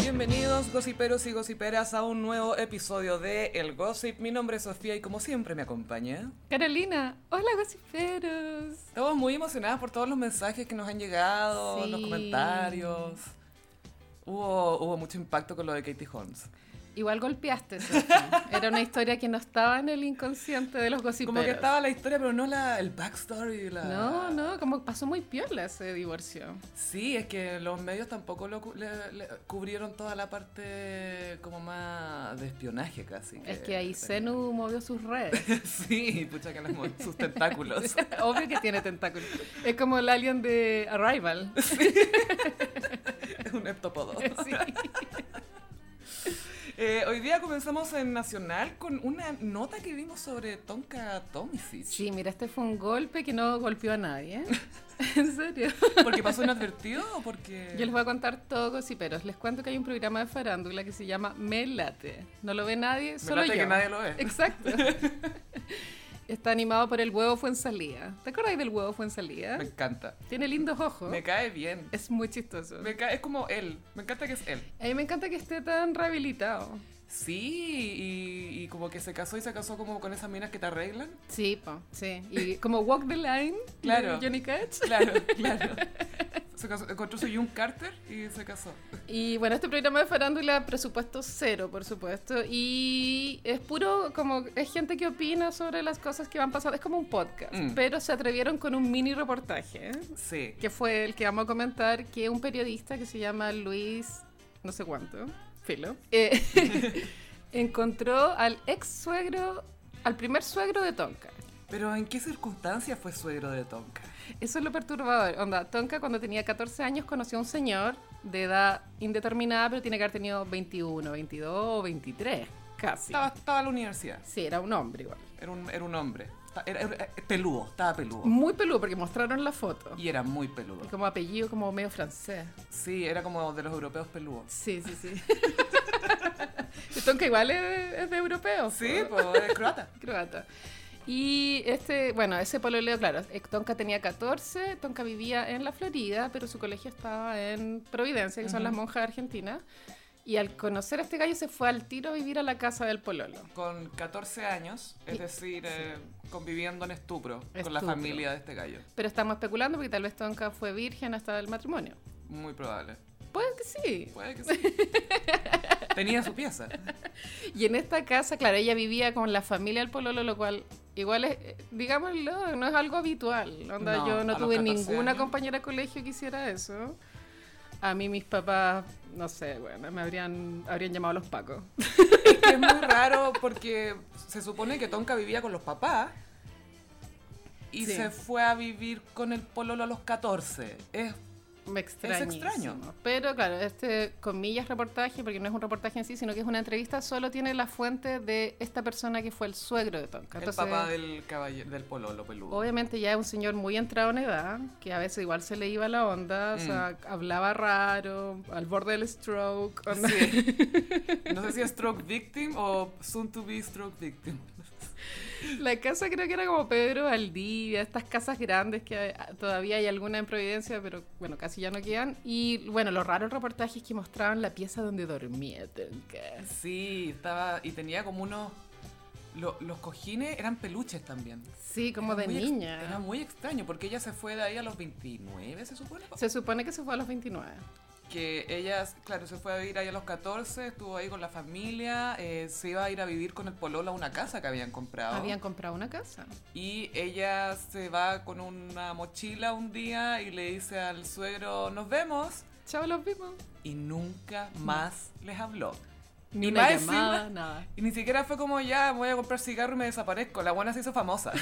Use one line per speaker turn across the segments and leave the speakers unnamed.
bienvenidos gossiperos y gossiperas a un nuevo episodio de El Gossip. Mi nombre es Sofía y como siempre me acompaña.
Carolina, hola gossiperos.
Estamos muy emocionadas por todos los mensajes que nos han llegado,
Sí.
los comentarios. Hubo, hubo mucho impacto con lo de Katie Holmes.
Igual golpeaste, Sofi. Era una historia que no estaba en el inconsciente de los gossiperos.
como que estaba la historia, pero no la, el backstory. La...
No, no, como pasó muy piola ese divorcio.
Sí, es que los medios tampoco lo cu- le- le cubrieron toda la parte como más de espionaje casi.
Es que ahí
tenía.
Zenu movió sus redes.
sí, pucha que las mo- sus tentáculos.
Obvio que tiene tentáculos. Es como el alien de Arrival.
Es un heptopodo.
Sí.
Eh, hoy día comenzamos en Nacional con una nota que vimos sobre Tonka Tomisic.
Sí, mira, este fue un golpe que no golpeó a nadie. ¿eh? En serio.
¿Porque pasó inadvertido o porque...?
Yo les voy a contar todo gossiperos. Les cuento que hay un programa de farándula que se llama Me Late. No lo ve nadie, solo
late
yo.
que nadie lo ve.
Exacto. Está animado por el huevo Fuensalía. ¿Te acuerdas del huevo Fuensalía?
Me encanta.
Tiene lindos ojos.
Me cae bien.
Es muy chistoso.
Me cae- es como él. Me encanta que es él.
A mí me encanta que esté tan rehabilitado.
Sí, y, y como que se casó y se casó como con esas minas que te arreglan.
Sí, po, sí. Y como Walk the Line, de
Claro.
Johnny Cash.
Claro, claro. Se casó- encontró su June Carter y se casó.
Y bueno, este programa de farándula, presupuesto cero, por supuesto. Y es puro, como, es gente que opina sobre las cosas que van pasando. Es como un podcast,
Mm.
pero se atrevieron con un mini reportaje,
Sí.
que fue el que vamos a comentar, que un periodista que se llama Luis, no sé cuánto, filo, eh, encontró al ex suegro, al primer suegro de Tonka.
Pero ¿en qué circunstancia fue suegro de Tonka?
Eso es lo perturbador. Onda, Tonka cuando tenía 14 años conoció a un señor de edad indeterminada, pero tiene que haber tenido 21, 22 o 23, casi.
Estaba, estaba en la universidad.
Sí, era un hombre igual.
Era un, era un hombre. Esta- Era, era- eh, peludo, estaba peludo.
Muy peludo, porque mostraron la foto.
Y era muy
Y
peludo.
como apellido, como medio francés.
Sí, era como de los europeos peludos.
Sí, sí, sí. Y Tonka igual es, es de europeo.
Sí,
po.
pues es croata.
croata. Y este, bueno, ese pololeo, claro, eh, Tonka tenía 14, Tonka vivía en la Florida, pero su colegio estaba en Providencia, que son las monjas argentinas. Y al conocer a este gallo se fue al tiro a vivir a la casa del pololo.
Con 14 años, es
Y-
decir, eh, conviviendo en estupro, con la
Estupro.
familia de este gallo.
Pero estamos especulando porque tal vez Tonka fue virgen hasta el matrimonio.
Muy probable.
Puede que sí.
Puede que sí. Tenía su pieza.
Y en esta casa, claro, ella vivía con la familia del pololo, lo cual igual es, eh, digámoslo, no es algo habitual. Onda,
No,
yo
a
no
los
tuve
14
ninguna
años.
compañera de colegio que hiciera eso. A mí mis papás, no sé, bueno, me habrían, habrían llamado los pacos.
Es que es muy raro porque se supone que Tonka vivía con los papás y
Sí.
se fue a vivir con el pololo a los 14. Es
Me extraño.
extraño.
Pero claro, este, comillas, reportaje, porque no es un reportaje en sí, sino que es una entrevista, solo tiene la fuente de esta persona que fue el suegro de Tonka.
el
Entonces,
papá del, caballe- del pololo peludo.
Obviamente ya es un señor muy entrado en edad, que a veces igual se le iba la onda, o sea,
Mm.
hablaba raro, al borde del stroke. onda.
Sí. No sé si es stroke victim o soon to be stroke victim.
La casa creo que era como Pedro Valdivia, estas casas grandes que hay- todavía hay alguna en Providencia, pero bueno, casi ya no quedan. Y bueno, los raros reportajes que mostraban la pieza donde dormía Tonka.
Sí, estaba y tenía como unos lo- los cojines eran peluches también.
Sí, como
Era
de
muy ex-
niña.
Era muy extraño porque ella se fue de ahí a los 29, se supone.
Se supone que se fue a los 29.
que ella, claro, se fue a vivir ahí a los 14, estuvo ahí con la familia, eh, se iba a ir a vivir con el pololo a una casa que habían comprado.
Habían comprado una casa.
Y ella se va con una mochila un día y le dice al suegro, nos vemos.
Chao, los vimos.
Y nunca más les habló.
Ni
Y
una
más encima-
llamada, nada.
Y ni siquiera fue como, ya, me voy a comprar cigarro y me desaparezco. La buena se hizo famosa.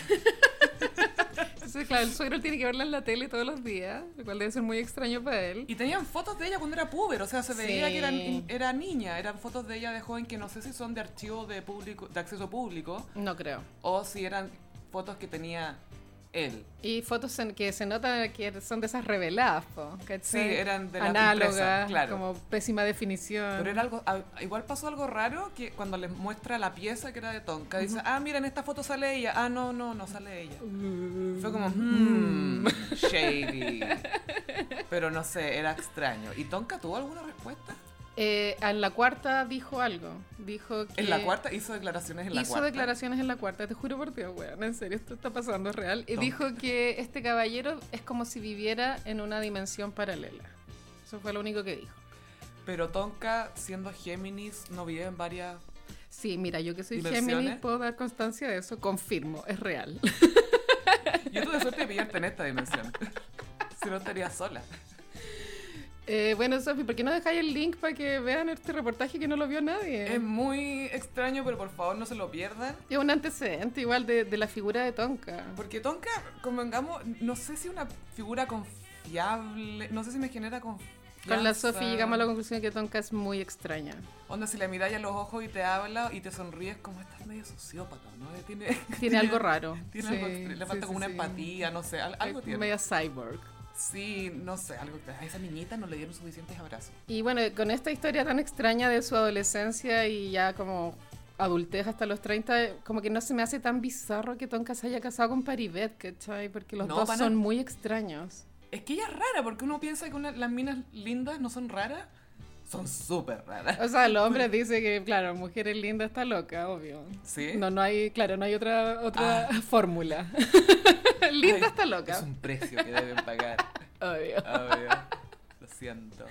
Entonces, claro, el suegro tiene que verla en la tele todos los días, lo cual debe ser muy extraño para él.
Y tenían fotos de ella cuando era puber, o sea, se veía
Sí.
que eran- era niña. Eran fotos de ella de joven que no sé si son de archivo de, público, de acceso público.
No creo.
o si eran fotos que tenía él.
Y fotos en- que se nota que son de esas reveladas, po,
Sí,
¿cachai?
eran de la
Análogas,
impresa, claro.
como pésima definición.
Pero era algo, a- igual pasó algo raro que cuando les muestra la pieza que era de Tonka, dice, ah, mira, en esta foto sale ella. Ah, no, no, no sale ella.
Mm.
Fue como, hmm, shady. Pero no sé, era extraño. ¿Y Tonka tuvo alguna respuesta?
Eh, en la cuarta dijo algo. Dijo que
En la cuarta hizo declaraciones en la
Eh, hizo
cuarta.
declaraciones en la cuarta, te juro por Dios, weón, en serio, esto está pasando es real. Y
Tonta.
dijo que este caballero es como si viviera en una dimensión paralela. Eso fue lo único que dijo.
Pero Tonka, siendo Géminis, no vive en varias.
Sí, mira, yo que soy
¿Dimensiones?
Géminis puedo dar constancia de eso, confirmo, es real.
Yo tuve suerte de pillarte en esta dimensión. si no estaría sola.
Eh, bueno, Sofi, ¿por qué no dejáis el link para que vean este reportaje que no lo vio nadie?
Es muy extraño, pero por favor no se lo pierdan.
Es un antecedente igual de, de la figura de Tonka.
Porque Tonka, convengamos, no sé si una figura confiable, no sé si me genera confianza.
Con la Sofi llegamos a la conclusión de que Tonka es muy extraña.
Onda, si la miráis a los ojos y te habla y te sonríes, como estás medio sociópata, ¿no? Eh, Tiene,
Tiene algo raro.
tiene
Sí,
algo extra- le
sí,
falta
sí,
como una
sí.
empatía, no sé, al- algo
Es
tiene.
Media cyborg.
Sí, no sé, algo extra. A esa niñita no le dieron suficientes abrazos.
Y bueno, con esta historia tan extraña de su adolescencia y ya como adultez hasta los 30, como que no se me hace tan bizarro que Tonka se haya casado con Paribet, ¿cachai? Porque los
No,
dos
para-
son muy extraños.
Es que ella es rara, porque uno piensa que una- las minas lindas no son raras, son súper raras.
O sea, el hombre dice que, claro, mujer es linda, está loca, obvio.
¿Sí?
No, no hay, claro, no hay otra, otra fórmula. linda
Ah. Ay,
está
Es
loca,
un precio que deben pagar.
obvio.
Obvio. Lo siento.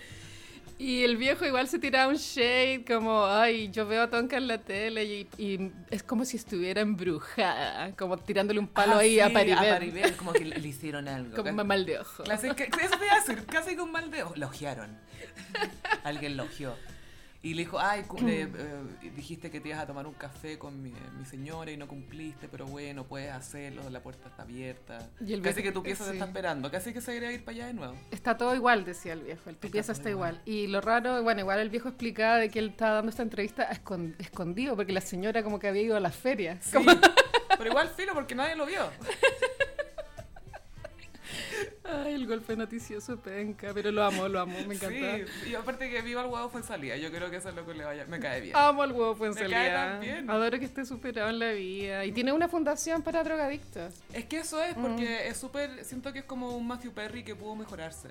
Y el viejo igual se tira un shade, como, ay, yo veo a Tonka en la tele y, y es como si estuviera embrujada, como tirándole un palo
Ah,
ahí
sí,
a Paribet.
Paribet, como que le le hicieron algo.
Como
Casi-
mal de ojo.
casi que- eso te iba a decir, casi con mal de ojo. Lo ojearon. Alguien lo ojeó. Y le dijo, ay, cu- eh,
Mm.
eh, dijiste que te ibas a tomar un café con mi, eh, mi señora y no cumpliste, pero bueno, puedes hacerlo, la puerta está abierta.
Y el
casi
viejo-
que tu pieza
sí.
te está esperando, casi que se quería ir para allá de nuevo.
Está todo igual, decía el viejo. El tu
Está
pieza
todo
está igual. Y lo raro, bueno, igual el viejo explicaba de que él estaba dando esta entrevista a escon- escondido, porque la señora como que había ido a las ferias.
Sí, pero igual filo porque nadie lo vio.
Ay, el golpe noticioso penca, pero lo amo, lo amo, me encanta.
Sí, y aparte que viva el huevo fue salida, yo creo que eso es lo que le vaya, me cae bien.
Amo al huevo
Me cae
Fuensalida.
tan bien.
Adoro que esté superado en la vida. Y tiene una fundación para drogadictos.
Es que eso
Mm.
es, porque es súper, siento que es como un Matthew Perry que pudo mejorarse.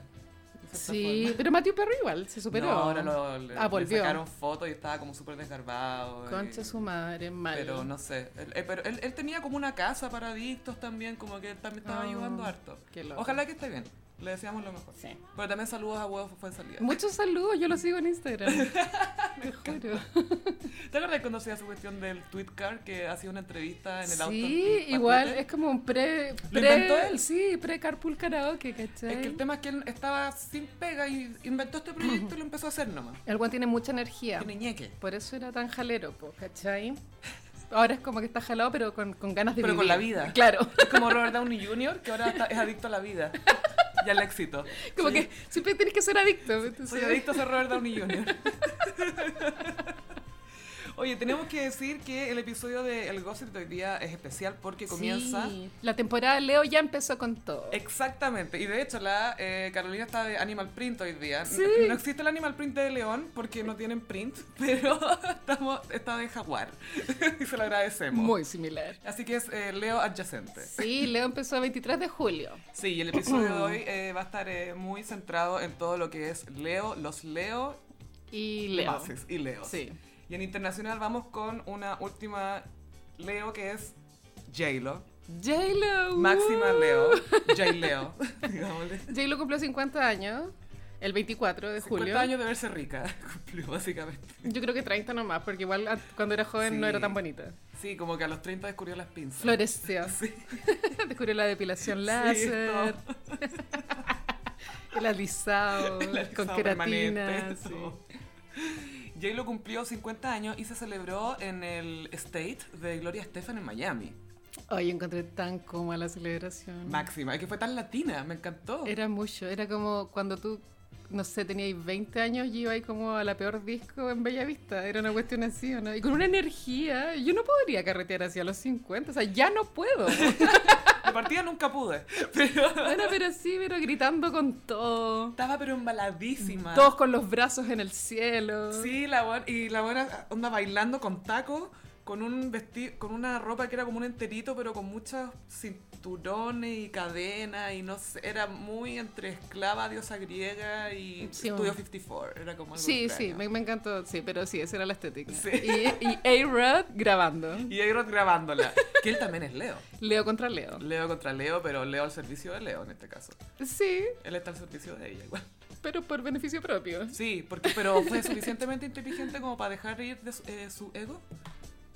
de cierta
Sí,
forma.
pero Matthew Perry igual se superó.
No, ahora lo, le,
Ah,
le
volvió.
sacaron fotos y estaba como súper desgarbado. y-
Concha su madre, mal.
Pero no sé, él, eh, pero él, él tenía como una casa para adictos también, como que él también estaba
Ah,
ayudando harto.
qué loco.
Ojalá que esté bien, le deseamos lo mejor.
Sí.
Pero también saludos a Huevo fue salida.
Muchos saludos, yo lo sigo en Instagram. Te juro.
¿Te acuerdas cuando hacía su cuestión del tweetcar que hacía una entrevista en el auto?
Sí,
para
igual
Twitter?
es como un pre,
¿Lo
pre-
inventó él?
Sí, pre carpool karaoke, ¿cachai?
Es que el tema es que él estaba sin pega y inventó este proyecto y lo empezó a hacer nomás.
El weón tiene mucha energía.
Tiene ñeque.
Por eso era tan jalero, po, ¿cachai? Ahora es como que está jalado, pero con, con ganas de
Pero con
vivir.
la vida.
Claro.
Es como Robert Downey Jr., que ahora está- es adicto a la vida y al éxito.
Como
Soy-
que siempre tienes que ser adicto. entonces-
Soy adicto a ser Robert Downey Jr. Oye, tenemos que decir que el episodio de El Gossip de hoy día es especial porque comienza.
Sí, La temporada de Leo ya empezó con todo.
Exactamente, y de hecho la eh, Carolina está de Animal Print hoy día.
Sí.
No existe el Animal Print de León porque no tienen print, pero estamos, está de Jaguar y se lo agradecemos.
Muy similar.
Así que es eh, Leo adyacente.
Sí, Leo empezó el 23 de julio.
Sí, y el episodio de hoy eh, va a estar eh, muy centrado en todo lo que es Leo, los Leo,
Y Leo.
bases y Leo.
Sí.
Y en internacional vamos con una última Leo que es J-Lo,
J-Lo.
máxima
woo.
Leo, J-Leo, digámosle.
J-Lo cumplió 50 años el 24 de julio.
50 años de verse rica, cumplió básicamente.
Yo creo que 30 nomás, porque igual a- cuando era joven no
Sí.
era tan bonita.
Sí, como que a los 30 descubrió las pinzas.
Floreció.
Sí,
Descubrió la depilación
láser.
láser, el alisado, con queratina. sí.
J-Lo cumplió 50 años y se celebró en el State de Gloria Estefan en Miami.
Ay, encontré tan cómoda la celebración.
Máxima, es que fue tan latina, me encantó.
Mm. Era mucho, era como cuando tú, no sé, teníais 20 años y ibais como a la peor disco en Bella Vista. Era una cuestión así, ¿o no? Y con una energía, yo no podría carretear hacia los 50, o sea, ya no puedo.
De partida nunca pude, pero
Bueno, pero sí, pero gritando con todo.
estaba pero embaladísima.
Todos con los brazos en el cielo.
Sí, la buena, y la buena onda bailando con taco, con un vestido, con una ropa que era como un enterito, pero con muchos cinturones y cadenas y no sé, era muy entre esclava, diosa griega y
Sí,
Studio
bueno.
54, era como algo
Sí, sí,
extraño.
me, me encantó, sí, pero sí, esa era la estética.
Sí.
Y, y A-Rod grabando.
Y Ayrod grabándola, que él también es Leo.
Leo contra Leo.
Leo contra Leo, pero Leo al servicio de Leo en este caso.
Sí,
Él está al servicio de ella igual.
pero por beneficio propio.
Sí, porque, pero fue suficientemente inteligente como para dejar ir de su, eh, su ego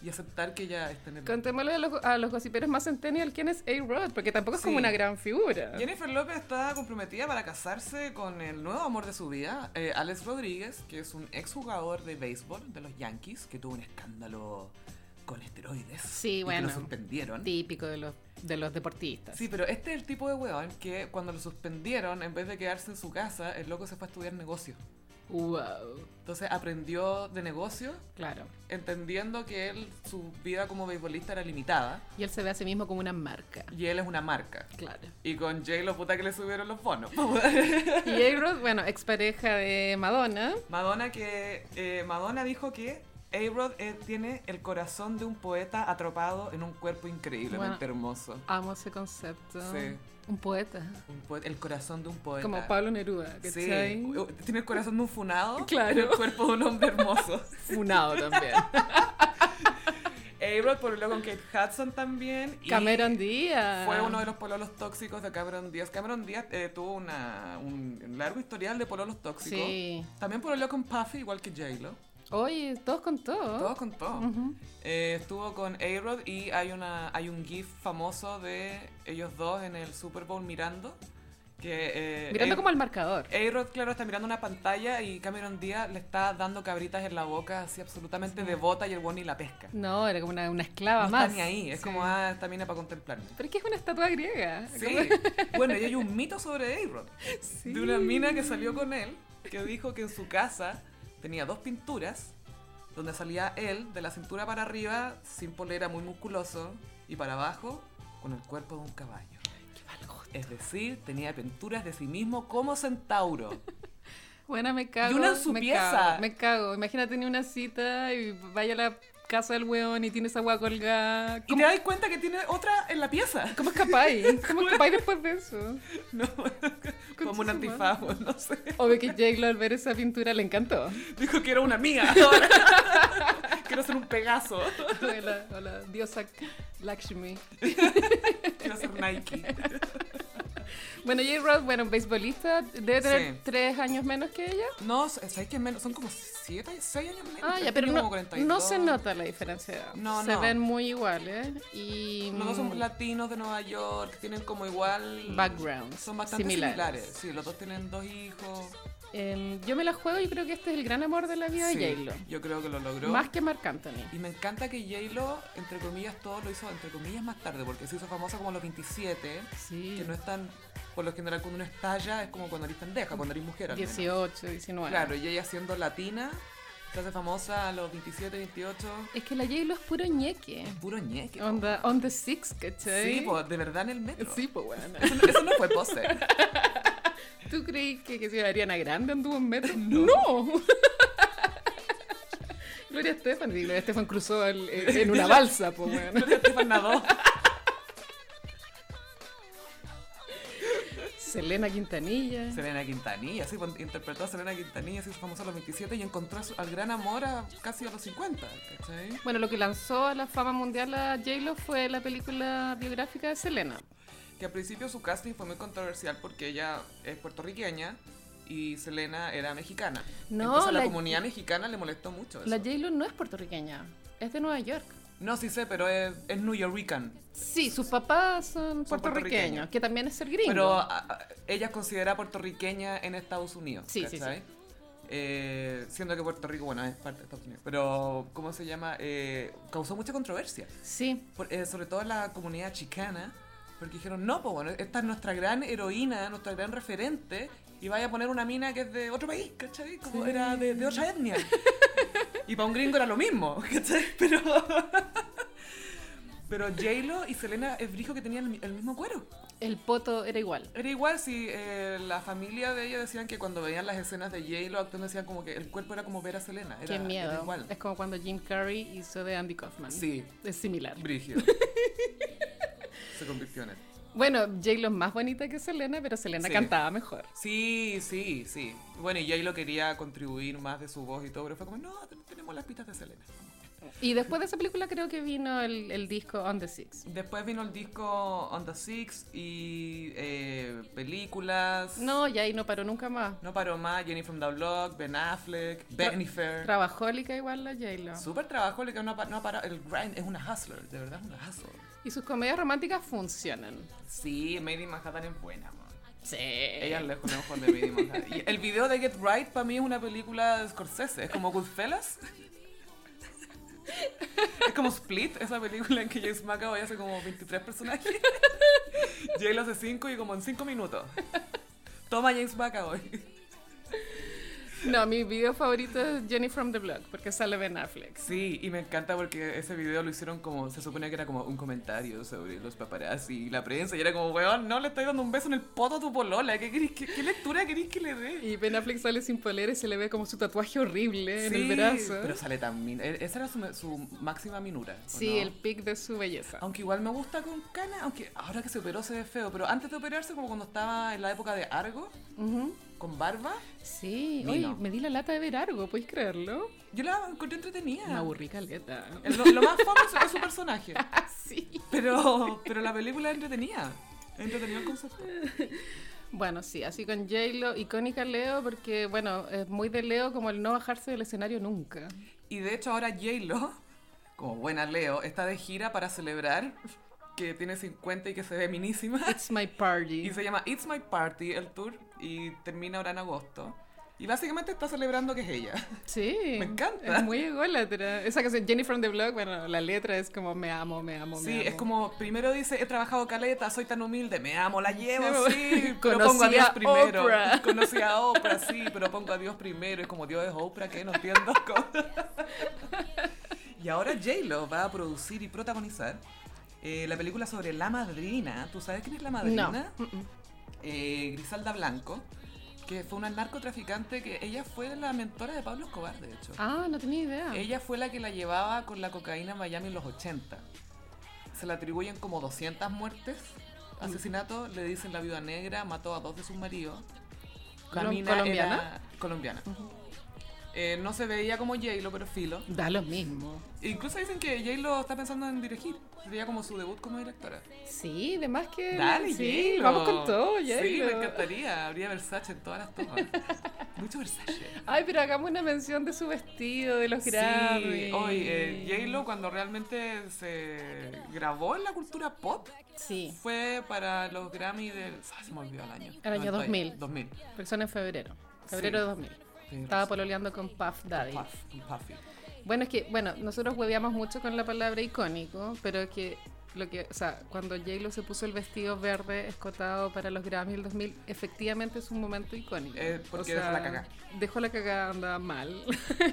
y aceptar que ella está en el...
Contémosle a los, a los gossiperos más centennial quién es A-Rod, porque tampoco es como
Sí.
una gran figura.
Jennifer López está comprometida para casarse con el nuevo amor de su vida, eh, Alex Rodríguez, que es un exjugador de béisbol de los Yankees, que tuvo un escándalo con esteroides.
Sí,
y que
bueno.
lo suspendieron.
Típico de los, de los deportistas.
Sí, pero este es el tipo de weón que cuando lo suspendieron, en vez de quedarse en su casa, el loco se fue a estudiar negocio.
Wow,
Entonces aprendió de negocio,
claro.
entendiendo que él, su vida como beisbolista era limitada
Y él se ve a sí mismo como una marca.
y él es una marca.
Claro.
Y con Jay lo puta que le subieron los bonos.
Y A-Rod, bueno, expareja de Madonna.
Madonna que eh, Madonna dijo que A-Rod eh, tiene el corazón de un poeta atrapado en un cuerpo increíblemente
Bueno.
hermoso.
Amo ese concepto.
Sí.
Un poeta.
Un poe- el corazón de un poeta.
Como Pablo Neruda,
Sí,
¿cachai?
u- tiene el corazón de un funado,
Claro.
pero el cuerpo de un hombre hermoso.
Funado también.
A-Rod pololeó con Kate Hudson también. y
Cameron ah. Díaz.
Fue uno de los pololos tóxicos de Cameron Díaz. Cameron Díaz eh, tuvo una, un largo historial de pololos tóxicos.
Sí.
También pololeó con Puffy, igual que J-Lo.
Oye, todos con todo.
Todo con todo.
Oh. Ujú.
Eh, estuvo con A-Rod y hay, una, hay un GIF famoso de ellos dos en el Super Bowl mirando. Que, eh,
Mirando
A-
como al marcador.
A-Rod, claro, está mirando una pantalla y Cameron Díaz le está dando cabritas en la boca, así absolutamente devota y el buen ni la pesca.
No, era como una,
No
una esclava
está
más.
ni ahí, es
Sí.
como, ah, esta mina para contemplarme.
Pero es que es una estatua griega.
Sí, bueno, y hay un mito sobre A-Rod,
Sí.
de una mina que salió con él, que dijo que en su casa tenía dos pinturas, donde salía él de la cintura para arriba, sin polera, muy musculoso, y para abajo, con el cuerpo de un caballo.
Qué mal gusto.
Es decir, tenía pinturas de sí mismo como centauro.
Buena, me cago.
una en su
me
pieza.
cago, me cago. Imagínate tener una cita y vaya a la casa del weón y tiene esa agua colgada.
Y te
¿Cómo,
das cuenta que tiene otra en la pieza.
cómo es capaz? ¿Cómo es capaz después de eso?
No, como un
su madre.
antifaz, no sé.
Obvio que J-Lo al ver esa pintura le encantó.
Dijo que era una mía. Quiero ser un Pegaso.
Hola, hola, diosa Lakshmi.
Quiero ser Nike.
Bueno, J-Rod, bueno, beisbolista, debe tener
Sí. Eh,
tres años menos que ella.
No, ¿sabes qué? Menos, son como 7, 6 años menos.
Ah,
Él
ya, pero
tenía
no,
como
no
42.
se nota la diferencia. de edad.
No,
se
no.
ven muy iguales y
Los dos son
mm,
latinos de Nueva York, tienen como igual...
Backgrounds
Son bastante
similares.
similares. Sí, los dos tienen dos hijos.
em, yo me la juego y creo que este es el gran amor de la vida
Sí,
de J-Lo.
Yo creo que lo logró.
Más que Marc Anthony.
Y me encanta que J-Lo, entre comillas, todo lo hizo, entre comillas, más tarde, porque se hizo famosa como a los 27,
Sí.
que no es tan... Por lo general, cuando uno estalla, es como cuando eres pendeja, cuando eres mujer. al menos.
18, 19.
Claro, y ella siendo latina, se hace famosa a los 27, 28.
Es que la J-Lo es puro ñeque.
Puro ñeque.
On the, on the six, ¿cachai?
Sí, pues, de verdad en el metro.
Sí, pues bueno.
Eso, no- eso no fue pose.
¿Tú crees que, que si Ariana Grande anduvo en metro? ¡No!
No.
Gloria Estefan, y Gloria Estefan cruzó el- el- en una balsa, pues bueno.
Gloria Estefan nadó.
Selena Quintanilla.
Selena Quintanilla, sí, pues, interpretó a Selena Quintanilla, se hizo famosa a los 27 y encontró a su- al gran amor a- casi a los 50, ¿cachai?
Bueno, lo que lanzó a la fama mundial a J-Lo fue la película biográfica de Selena.
Que al principio su casting fue muy controversial porque ella es puertorriqueña y Selena era mexicana.
No,
Entonces a la,
la-
comunidad mexicana le molestó mucho eso.
La J-Lo no es puertorriqueña, es de Nueva York.
No, sí sé, pero es, es New Yorican.
Sí, sus papás son,
Son
puertorriqueños,
puertorriqueños.
que también es ser gringo.
Pero a- a- ella es considerada puertorriqueña en Estados Unidos.
Sí, sí,
¿cachai? Eh, siendo que Puerto Rico, bueno, es parte de Estados Unidos. Pero, ¿cómo se llama? Eh, causó mucha controversia.
Sí,
por- eh, sobre todo en la comunidad chicana, porque dijeron, no, pues bueno, esta es nuestra gran heroína, nuestra gran referente, y vaya a poner una mina que es de otro país, ¿cachai? Como
Sí.
era de, de otra etnia. y para un gringo era lo mismo, ¿cachai? Pero... Pero J-Lo y Selena es brijo que tenían el mi- el mismo cuero.
El poto era igual.
Era igual si eh, la familia de ella decían que cuando veían las escenas de J-Lo actuando decían como que el cuerpo era como ver a Selena. Era,
Qué miedo.
era igual.
Es como cuando Jim Carrey hizo de Andy Kaufman.
Sí,
Es similar.
brígido. Se convirtió en él.
Bueno, J-Lo es más bonita que Selena, pero Selena
Sí.
cantaba mejor.
Sí, sí, sí. Bueno, y J-Lo quería contribuir más de su voz y todo, pero fue como, no, ten- tenemos las pistas de Selena.
Y después de esa película creo que vino el, el disco On The Six.
Después vino el disco On The Six y eh, películas.
No, y ahí no paró nunca más.
No paró más, Jenny from the Block, Ben Affleck, Bennifer.
Trabajólica igual la J-Lo.
Súper trabajo, que no ha pa- no ha parado. El grind es una hustler, de verdad es una hustler.
Y sus comedias románticas funcionan.
Sí, Made in Manhattan es buena, man. Eh.
Sí.
Ella es lejos mejor de Made in Manhattan. Y el video de Get Right para mí es una película de Scorsese, es como Goodfellas. Es como Split, esa película en que James McAvoy hace como 23 personajes. Jay lo hace 5 y como en 5 minutos. Toma James McAvoy.
No, mi video favorito es Jenny from the Block, porque sale Ben Affleck.
Sí, y me encanta porque ese video lo hicieron como, se supone que era como un comentario sobre los paparazzi y la prensa. Y era como, weón, no le estoy dando un beso en el poto a tu polola. ¿Qué, querís que- qué lectura querés que le dé?
Y Ben Affleck sale sin polera y se le ve como su tatuaje horrible en el
Sí,
brazo.
Pero sale también. Esa era su, su máxima minura. ¿o
Sí,
no? Ah.
el pic de su belleza.
Aunque igual me gusta con cana, aunque ahora que se operó se ve feo, pero antes de operarse, como cuando estaba en la época de Argo,
Ujú.
con barba,
Sí,
Vino.
oye, me di la lata de ver algo, ¿puedes creerlo?
yo la encontré entretenida.
Una burricaleta.
El- Lo, lo más famoso es su personaje.
Ah, sí.
Pero, pero la película es entretenida. Es Entretenido el concepto.
Bueno, sí, así con J-Lo, icónica Leo, porque, bueno, es muy de Leo como el no bajarse del escenario nunca.
Y de hecho ahora J-Lo, como buena Leo, está de gira para celebrar que tiene 50 y que se ve minísima.
It's my party.
Y se llama It's My Party, el tour, y termina ahora en agosto. Y básicamente está celebrando que es ella.
Sí.
Me encanta.
Es muy ególatra. Esa canción, Jenny from the Block, bueno, la letra es como me amo, me amo, me
Sí,
amo.
es como, primero dice, he trabajado caleta, soy tan humilde, me amo, la llevo,
Me-
sí, pero
Conocí
pongo a Dios
a
primero.
Oprah.
Conocí a Oprah, sí, pero pongo a Dios primero, es como Dios es Oprah, que no entiendo. cómo. Y ahora J-Lo va a producir y protagonizar eh, la película sobre La Madrina. ¿Tú sabes quién es La
No.
Madrina?
Mm-mm.
eh, Griselda Blanco, que fue una narcotraficante que ella fue la mentora de Pablo Escobar, de hecho.
Ah, no tenía idea.
Ella fue la que la llevaba con la cocaína a Miami en los 80. Se le atribuyen como 200 muertes,
Mm.
asesinatos, le dicen la viuda negra, mató a dos de sus maridos. La
Colom-
mina era
¿colombiana?
colombiana. Eh, no se veía como J-Lo, pero filo.
Da lo mismo.
Incluso dicen que J-Lo está pensando en dirigir. Sería como su debut como directora.
Sí, de más que...
Dale,
sí,
J-Lo.
vamos con todo, J-Lo.
Sí, me encantaría. Habría Versace en todas las tomas. Mucho Versace.
Ay, pero hagamos una mención de su vestido, de los Grammys.
Sí, hoy eh, J-Lo cuando realmente se grabó en la cultura pop
Sí,
fue para los Grammy del... Ay, se me olvidó el año.
El
90
año
y-
2000.
2000.
pero son en febrero. Febrero
Sí.
de 2000.
Tienes
Estaba
razón.
pololeando con Puff Daddy.
Puff, un Puffy.
Bueno, es que, bueno, nosotros hueveamos mucho con la palabra icónico, pero que lo que, o sea, cuando J-Lo se puso el vestido verde escotado para los Grammy del 2000, efectivamente es un momento icónico.
Eh, porque dejó la cagá.
Dejó la cagada, andaba mal.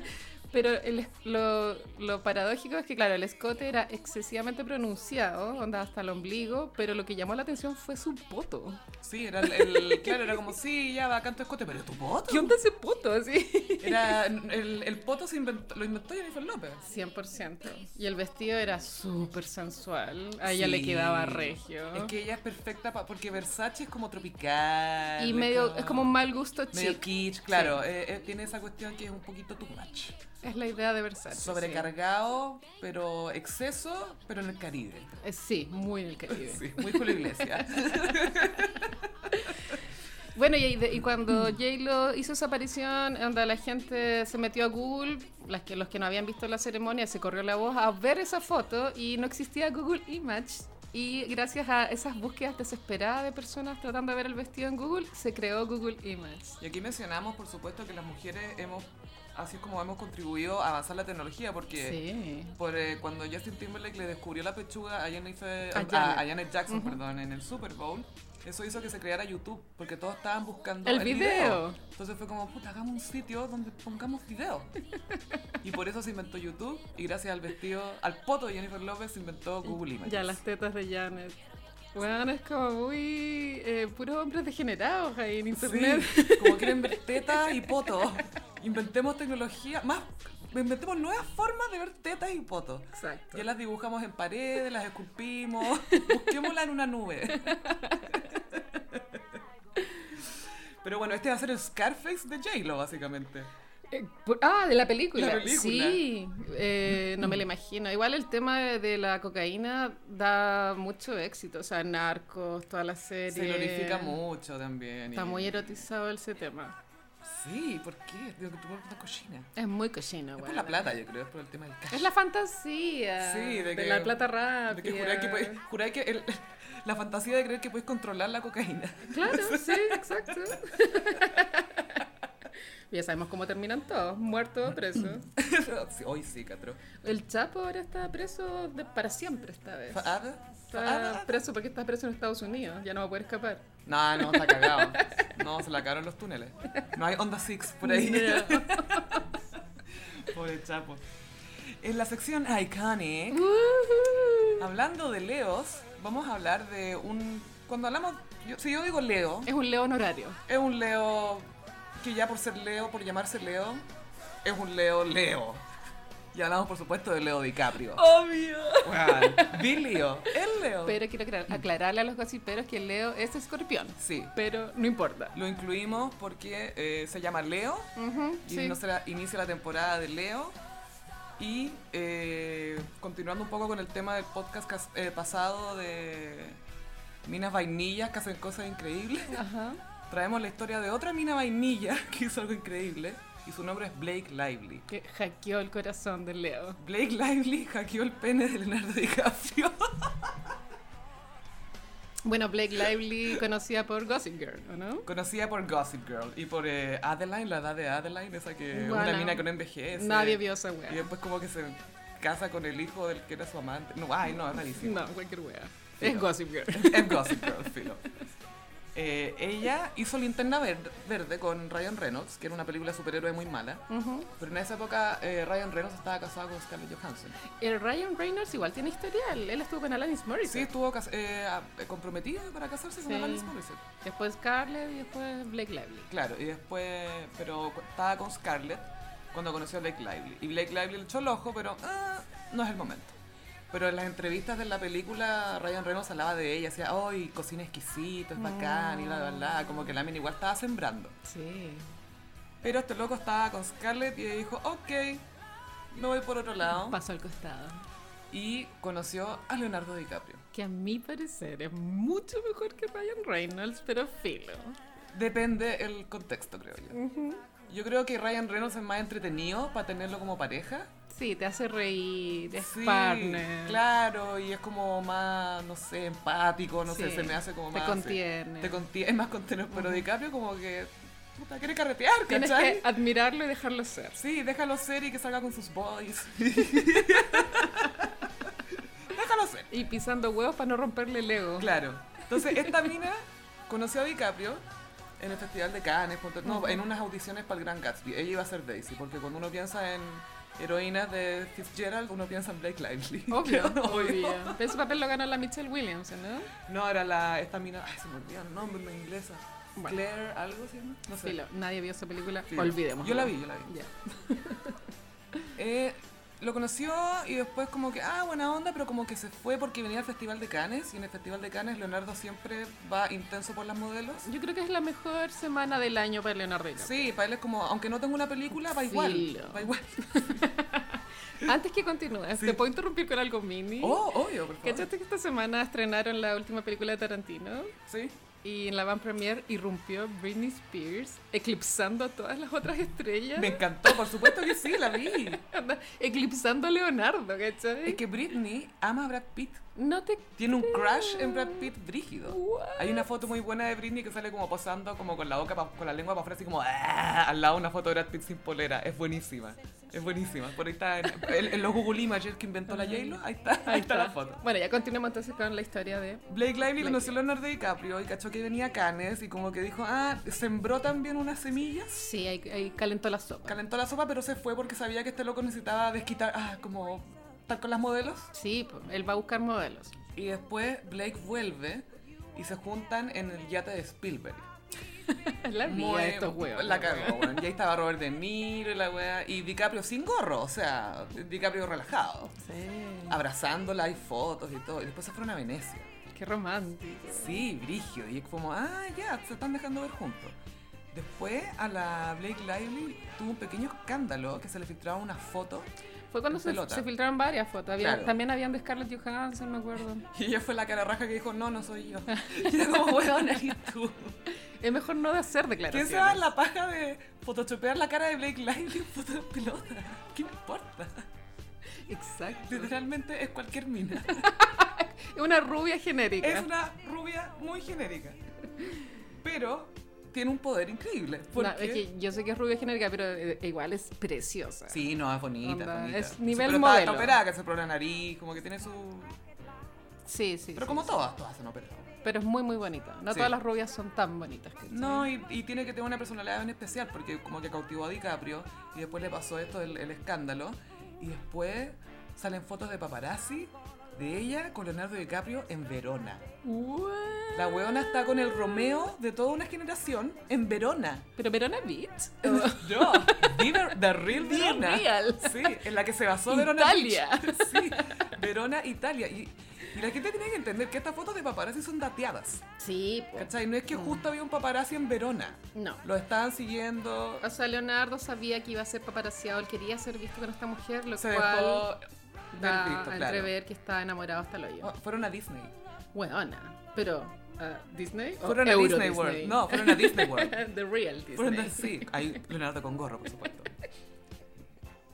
pero el es- lo, lo paradójico es que, claro, el escote era excesivamente pronunciado, onda hasta el ombligo, pero lo que llamó la atención fue su poto.
Sí, era el, el- Claro, era como, sí, ya va, canto escote, pero tu poto.
¿Qué onda ese poto? Así.
Era, el, el poto se inventó, lo inventó Jennifer López.
100%. Y el vestido era súper sensual. A ella le
Sí.
quedaba regio.
Es que ella es perfecta pa- porque Versace es como tropical.
y medio, es como un mal gusto
medio
chic.
kitsch, claro. eh, eh, tiene esa cuestión que es un poquito too much.
Es la idea de Versace.
Sobrecargado, pero exceso, pero en el Caribe.
Sí, Eh, sí, muy en el Caribe.
Sí, muy Julio Iglesias.
Bueno, y, de- y cuando J-Lo hizo esa aparición, onda, la gente se metió a Google, las que, los que no habían visto la ceremonia, se corrió la voz a ver esa foto y no existía Google Image. Y gracias a esas búsquedas desesperadas de personas tratando de ver el vestido en Google, se creó Google Image.
Y aquí mencionamos, por supuesto, que las mujeres hemos, así es como hemos contribuido a avanzar la tecnología, porque
Sí.
por, eh, cuando Justin Timberlake le descubrió la pechuga a Janet,
A
a, a
Janet.
Janet Jackson perdón, en el Super Bowl, Eso hizo que se creara YouTube, porque todos estaban buscando
El video.
Entonces fue como, puta, hagamos un sitio donde pongamos video. y por eso se inventó YouTube, y gracias al vestido, al poto de Jennifer López, se inventó Google Images.
Ya las tetas de Janet. Bueno, es como muy eh, puros hombres degenerados ahí en internet.
Sí, como quieren ver tetas y poto. Inventemos tecnología, más, inventemos nuevas formas de ver tetas y poto.
Exacto.
Ya las dibujamos en paredes, las esculpimos, busquémosla en una nube. Pero bueno, este va a ser el Scarface de J-Lo, básicamente.
Eh, por- ah, de la película.
La película.
Sí, eh, no me la imagino. Igual el tema de, de la cocaína da mucho éxito. O sea, narcos, toda la serie.
Se glorifica mucho también.
Está
y-
muy erotizado ese tema.
Sí, ¿por qué? Digo que tú eres una cochina.
Es muy cochino,
Es
güey.
por la plata, yo creo, es por el tema del cash.
Es la fantasía.
Sí, de que-
la plata rápida.
De que juráis que, podéis- juráis que el- la fantasía de creer que puedes controlar la cocaína.
Claro, sí, exacto. ya sabemos cómo terminan todos, muertos, presos.
Sí, Hoy sí, Catro.
El Chapo ahora está preso de- para siempre esta vez.
¿Faada?
Está
¿Faada?
preso porque está preso en Estados Unidos, ya no va a poder escapar.
ah, No, no, está cagado. No, se la cagaron los túneles. No hay Onda Six por ahí.
Yeah.
Pobre Chapo. En la sección Iconic,
Woohoo.
hablando de Leos, vamos a hablar de un... Cuando hablamos... yo- si yo digo Leo,
es un león honorario.
es un Leo que ya por ser Leo, por llamarse Leo, es un Leo Leo. Y hablamos, por supuesto, de Leo DiCaprio.
Obvio.
Weón, Bilio, el Leo.
Pero quiero aclar- aclararle a los gossiperos que Leo es escorpión.
Sí,
Pero no importa.
lo incluimos porque eh, se llama Leo
Ujú,
y
sí.
no será- inicia la temporada de Leo. Y eh, continuando un poco con el tema del podcast cas- eh, pasado de minas vainillas que hacen cosas increíbles,
Ajá.
traemos la historia de otra mina vainilla que hizo algo increíble y su nombre es Blake Lively.
Que hackeó el corazón de Leo.
Blake Lively hackeó el pene de Leonardo DiCaprio.
Bueno, Blake Lively, conocida por Gossip Girl, ¿o no?
Conocida por Gossip Girl y por eh, Adeline, la edad de Adeline, esa que una
Bueno,
mina que no envejece.
Nadie vio esa
Y
wea.
después como que se casa con el hijo del que era su amante. No, ay, no, es rarísimo.
No, cualquier wea.
Filo.
Es Gossip Girl.
Es Gossip Girl, filo. Eh, ella hizo Linterna Ver- Verde con Ryan Reynolds, que era una película de superhéroe muy mala.
Ujú.
Pero en esa época eh, Ryan Reynolds estaba casado con Scarlett Johansson.
El Ryan Reynolds igual tiene historial. Él estuvo con Alanis
Sí,
Morissette.
estuvo cas- eh, a- eh, comprometida para casarse con
Sí.
Alanis Morissette.
Después Scarlett y después Blake Lively.
Claro, y después, pero cu- estaba con Scarlett cuando conoció a Blake Lively. Y Blake Lively le echó el ojo, pero ah, no es el momento. Pero en las entrevistas de la película, Ryan Reynolds hablaba de ella, decía, ¡ay, cocina exquisito, es bacán! Y bla, bla, bla. Como que la mina igual estaba sembrando.
Sí.
Pero este loco estaba con Scarlett y ella dijo, ok, me voy por otro lado.
Pasó al costado.
Y conoció a Leonardo DiCaprio.
Que a mi parecer es mucho mejor que Ryan Reynolds, pero filo.
Depende el contexto, creo yo. Yo creo que Ryan Reynolds es más entretenido para tenerlo como pareja.
Sí, te hace reír, es
Sí,
partner.
Claro, y es como más, no sé, empático, no sé,
Sí,
se me hace como
te
más.
contiene.
sí, te contiene. Es más contener, pero DiCaprio como que. Puta, quiere carretear,
Tienes
¿cachai?
que admirarlo y dejarlo ser.
Sí, déjalo ser y que salga con sus boys. déjalo ser.
Y pisando huevos para no romperle el ego.
Claro. Entonces, esta mina conoció a DiCaprio en el Festival de Cannes, ponte- no, en unas audiciones para el Gran Gatsby. Ella iba a ser Daisy, porque cuando uno piensa en heroínas de Fitzgerald, uno piensa en Blake Lively.
Obvio,
Obvio.
obvio. Pero ese papel lo ganó la Michelle Williams, ¿no?
No, era la, esta mina, ay, se me olvidó el nombre, una inglesa.
Bueno.
Claire, algo se llama. No sé.
Filo, nadie vio esa película.
Filo.
Olvidemos.
Yo la vi, yo la vi.
Ya.
Eh, lo conoció y después como que, ah, buena onda, pero como que se fue porque venía al Festival de Cannes y en el Festival de Cannes Leonardo siempre va intenso por las modelos.
Yo creo que es la mejor semana del año para Leonardo DiCaprio.
Sí, para él es como, aunque no tengo una película, va igual.
Filo.
Va igual.
Antes que continúes,
Sí.
¿te puedo interrumpir con algo mini?
Oh, obvio, por favor.
¿Cachaste que esta semana estrenaron la última película de Tarantino?
Sí.
Y en la van premier irrumpió Britney Spears, eclipsando a todas las otras estrellas.
Me encantó, por supuesto que sí, la vi.
Anda, eclipsando a Leonardo, ¿cachai?
Es que Britney ama a Brad Pitt.
No te...
Tiene un crush en Brad Pitt brígido.
What?
Hay una foto muy buena de Britney que sale como posando como con la boca pa- con la lengua para afuera así como "Ah", al lado de una foto de Brad Pitt sin polera, es buenísima. Es buenísima. Por ahí está, en, en- en los Google Images que inventó la J-Lo, ahí está, ahí está la foto.
Bueno, ya continuemos entonces con la historia de...
Blake Lively
Blake.
conoció a Leonardo DiCaprio y cachó que venía a Cannes y como que dijo, ah, sembró también unas semillas.
Sí, ahí, ahí calentó la sopa.
Calentó la sopa, pero se fue porque sabía que este loco necesitaba desquitar, ah, como estar con las modelos.
Sí, po, él va a buscar modelos.
Y después Blake vuelve y se juntan en el yate de Spielberg.
la vida
Muy-
de estos huevos.
La cagó, weón. Y ahí estaba Robert De Niro y la wea. Y DiCaprio sin gorro, o sea, DiCaprio relajado. Ah.
Sí.
Abrazándola, hay fotos y todo. Y después se fueron a Venecia.
Qué romántico.
Sí, brigio. Y es como, ah, ya, se están dejando ver juntos. Después a la Blake Lively tuvo un pequeño escándalo que se le filtraba una foto
Fue cuando
En
se,
pelota.
se filtraron varias fotos. Había-
Claro.
También habían de Scarlett Johansson, me acuerdo.
y ella fue la cara raja que dijo, no, no soy yo. Y era como, weón, eres tú.
Es mejor no hacer
¿Quién
declaraciones.
se da la paja de photoshopear la cara de Blake Lively en foto de pelota? ¿Qué importa?
Exacto.
Literalmente es cualquier mina.
Es una rubia genérica.
Es una rubia muy genérica. Pero tiene un poder increíble. Porque...
No, es que yo sé que es rubia genérica, pero eh, igual es preciosa.
Sí, no, es bonita.
Onda,
bonita.
es
Sí,
nivel
pero está- Está
modelo.
operada, que se operó la nariz, como que tiene su...
sí, sí.
Pero
sí,
como
sí.
todas, todas son operadas.
Pero es muy, muy bonita. No
Sí.
todas las rubias son tan bonitas. ¿cachai?
No, y, y tiene que tener una personalidad bien especial, porque como que cautivó a DiCaprio, y después le pasó esto, el, el escándalo, y después salen fotos de paparazzi de ella con Leonardo DiCaprio en Verona.
What?
La weona está con el Romeo de toda una generación en Verona.
Pero Verona Beach.
Yo, the, ver- the real
The
Verona.
real.
Sí, en la que se basó Verona.
Italia.
Beach. Sí, Verona, Italia. Y, y la gente tiene que entender que estas fotos de paparazzi son dateadas.
Sí, po.
¿Cachai? No es que justo había un paparazzi en Verona.
No.
Lo estaban siguiendo.
O sea, Leonardo sabía que iba a ser paparazziado, él quería ser visto con esta mujer, lo
Se
cual
dejó
da
ver visto,
a
claro.
entrever que está enamorado hasta el hoyo.
Oh, Fueron a Disney.
Weona. Pero, ah, ¿Disney? o
Fueron a
Euro
Disney World. No, fueron a Disney World.
The real Disney.
Fueron a- sí, ahí Leonardo con gorro, por supuesto.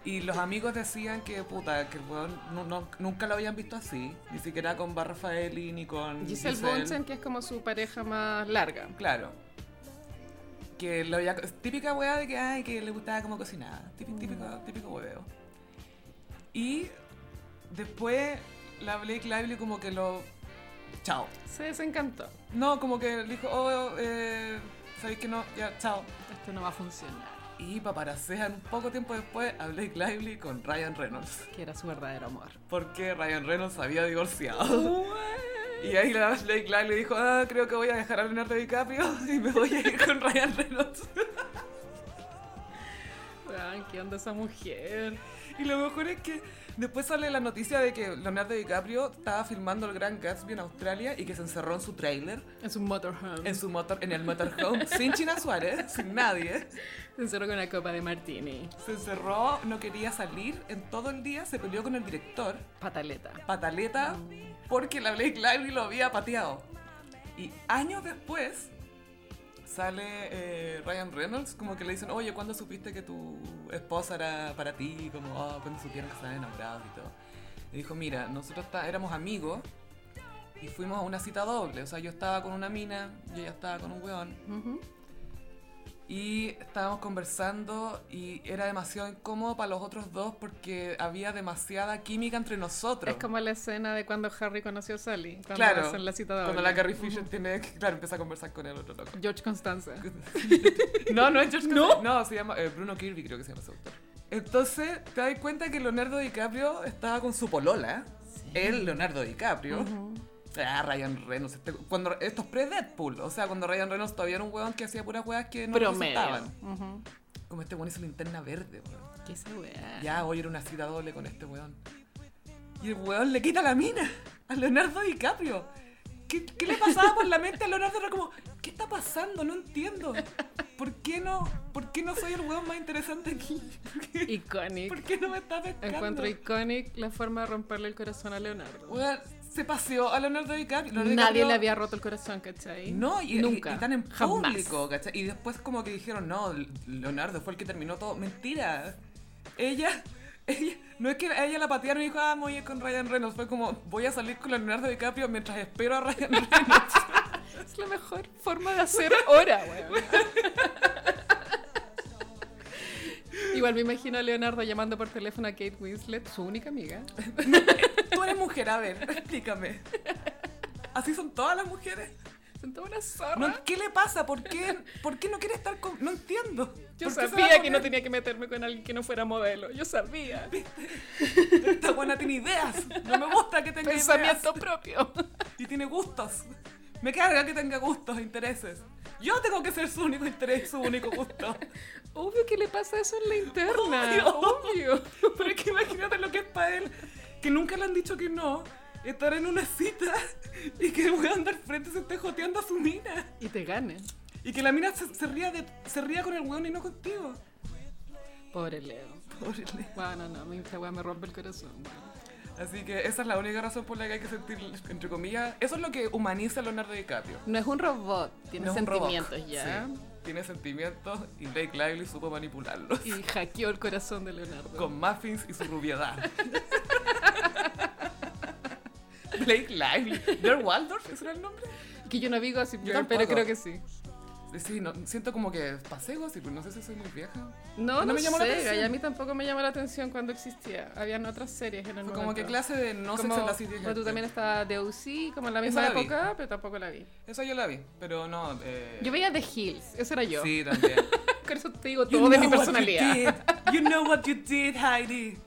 Y los amigos decían que, puta, que el weón nu- no- nunca lo habían visto así. Ni siquiera con Bar Rafaeli ni con
Giselle Bonsen, que es como su pareja más larga.
Claro. Que lo había... Típica weá de que, ay, que le gustaba como cocinada. Típico, típico, típico hueveo. Y después la Blake Lively como que lo... Chao.
Se desencantó.
No, como que le dijo, oh, eh, sabéis que no, ya, chao.
Esto no va a funcionar.
Y paparacean un poco tiempo después a Blake Lively con Ryan Reynolds.
Que era su verdadero amor.
Porque Ryan Reynolds se había divorciado. Y ahí la Blake Lively dijo, ah, creo que voy a dejar a Leonardo DiCaprio y me voy a ir con Ryan Reynolds.
Weón, ¿Qué onda esa mujer?
Y lo mejor es que después sale la noticia de que Leonardo DiCaprio estaba filmando el Gran Gatsby en Australia y que se encerró en su trailer,
Es un motorhome.
en su motor, en el motorhome, sin China Suárez, sin nadie.
Se encerró con una copa de martini.
Se encerró, no quería salir en todo el día, se peleó con el director,
Pataleta.
pataleta, porque la Blake Lively lo había pateado. Y años después sale eh, Ryan Reynolds, como que le dicen, oye, ¿cuándo supiste que tu esposa era para ti? Como, oh, ¿cuándo supieron que estaban enamorados y todo? Y dijo, mira, nosotros está- éramos amigos y fuimos a una cita doble. O sea, yo estaba con una mina y ella estaba con un weón.
Ujú.
Y estábamos conversando y era demasiado incómodo para los otros dos porque había demasiada química entre nosotros.
Es como la escena de cuando Harry conoció a Sally. Cuando
Claro,
hacen la cita doble.
Cuando la Carrie Fisher tiene que, claro, empieza a conversar con el otro loco.
George Constanza.
No, no es George
¿No?
Costanza. No, se llama eh, Bruno Kirby, creo que se llama ese autor. Entonces, te das cuenta que Leonardo DiCaprio estaba con su polola. Él, Leonardo DiCaprio. Ah, Ryan Reynolds. este- cuando, esto es pre-Deadpool. O sea, cuando Ryan Reynolds todavía era un huevón que hacía puras huevas que no le
Promedio.
gustaban.
Ujú.
Como este huevón hizo linterna verde, weón.
¿Qué esa weá?
Ya, hoy era una cita doble con este weón. Y el weón le quita la mina a Leonardo DiCaprio. ¿Qué, qué le pasaba por la mente a Leonardo? Era como, ¿qué está pasando? No entiendo. ¿Por qué no, por qué no soy el weón más interesante aquí? ¿Por qué,
Iconic.
por qué no me está pescando?
Encuentro iconic la forma de romperle el corazón a Leonardo.
Weón, se paseó a Leonardo DiCaprio. Leonardo
Nadie
DiCaprio-
le había roto el corazón, ¿cachai?
No, y,
Nunca.
y- y tan en
Jamás.
público, ¿cachai? Y después como que dijeron, no, Leonardo fue el que terminó todo. Mentira. Ella, ella no es que a ella la patearon y dijo, ah, me voy a ir con Ryan Reynolds. Fue como, voy a salir con Leonardo DiCaprio mientras espero a Ryan Reynolds.
Es la mejor forma de hacer hora, weón. Igual me imagino a Leonardo llamando por teléfono a Kate Winslet, su única amiga.
Tú eres mujer, a ver, explícame. ¿Así son todas las mujeres?
Son todas unas zorras.
No, ¿Qué le pasa? ¿Por qué, ¿Por qué no quiere estar con.? No entiendo.
Yo
¿Por qué se va
sabía
a
que no
poner-
tenía que meterme con alguien que no fuera modelo. Yo sabía.
Esta buena tiene ideas. No me gusta que tenga
Pensamiento propio.
ideas. Y tiene gustos. Me carga que tenga gustos, intereses. Yo tengo que ser su único interés, su único gusto.
Obvio que le pasa eso en la interna.
Obvio.
Obvio.
Pero es que imagínate lo que es para él. Que nunca le han dicho que no. Estar en una cita y que el weón del frente se esté joteando a su mina.
Y te gane.
Y que la mina se, se ría, de- se ría con el weón y no contigo.
Pobre Leo.
Pobre Leo.
Bueno, no, mi- esta weá me rompe el corazón. weón.
Así que esa es la única razón por la que hay que sentir, entre comillas, eso es lo que humaniza a Leonardo DiCaprio.
No es un robot, tiene
No es un robot.
sentimientos ya.
Sí, tiene sentimientos y Blake Lively supo manipularlos
Y hackeó el corazón de Leonardo.
con muffins y su rubiedad. Blake Lively. ¿Der Waldorf? ¿Ese era el nombre?
Que yo no vi Gossip
Yo
Girl, pero
tampoco.
creo que sí.
Sí, no, siento como que pasé gossip, no sé si soy muy vieja.
No, no,
No me llamó la
sé,
atención.
y a mí tampoco me llamó la atención cuando existía. Habían otras series en el
Fue
momento.
como que clase de no
Como-
sex en la City.
bueno, tú también estaba de UC, como en la misma
Esa la vi.
época, pero tampoco la vi.
Eso yo la vi, pero no... eh,
Yo veía The Hills, eso era yo.
Sí, también.
Con eso te digo todo de mi personalidad.
You know what you did, Heidi.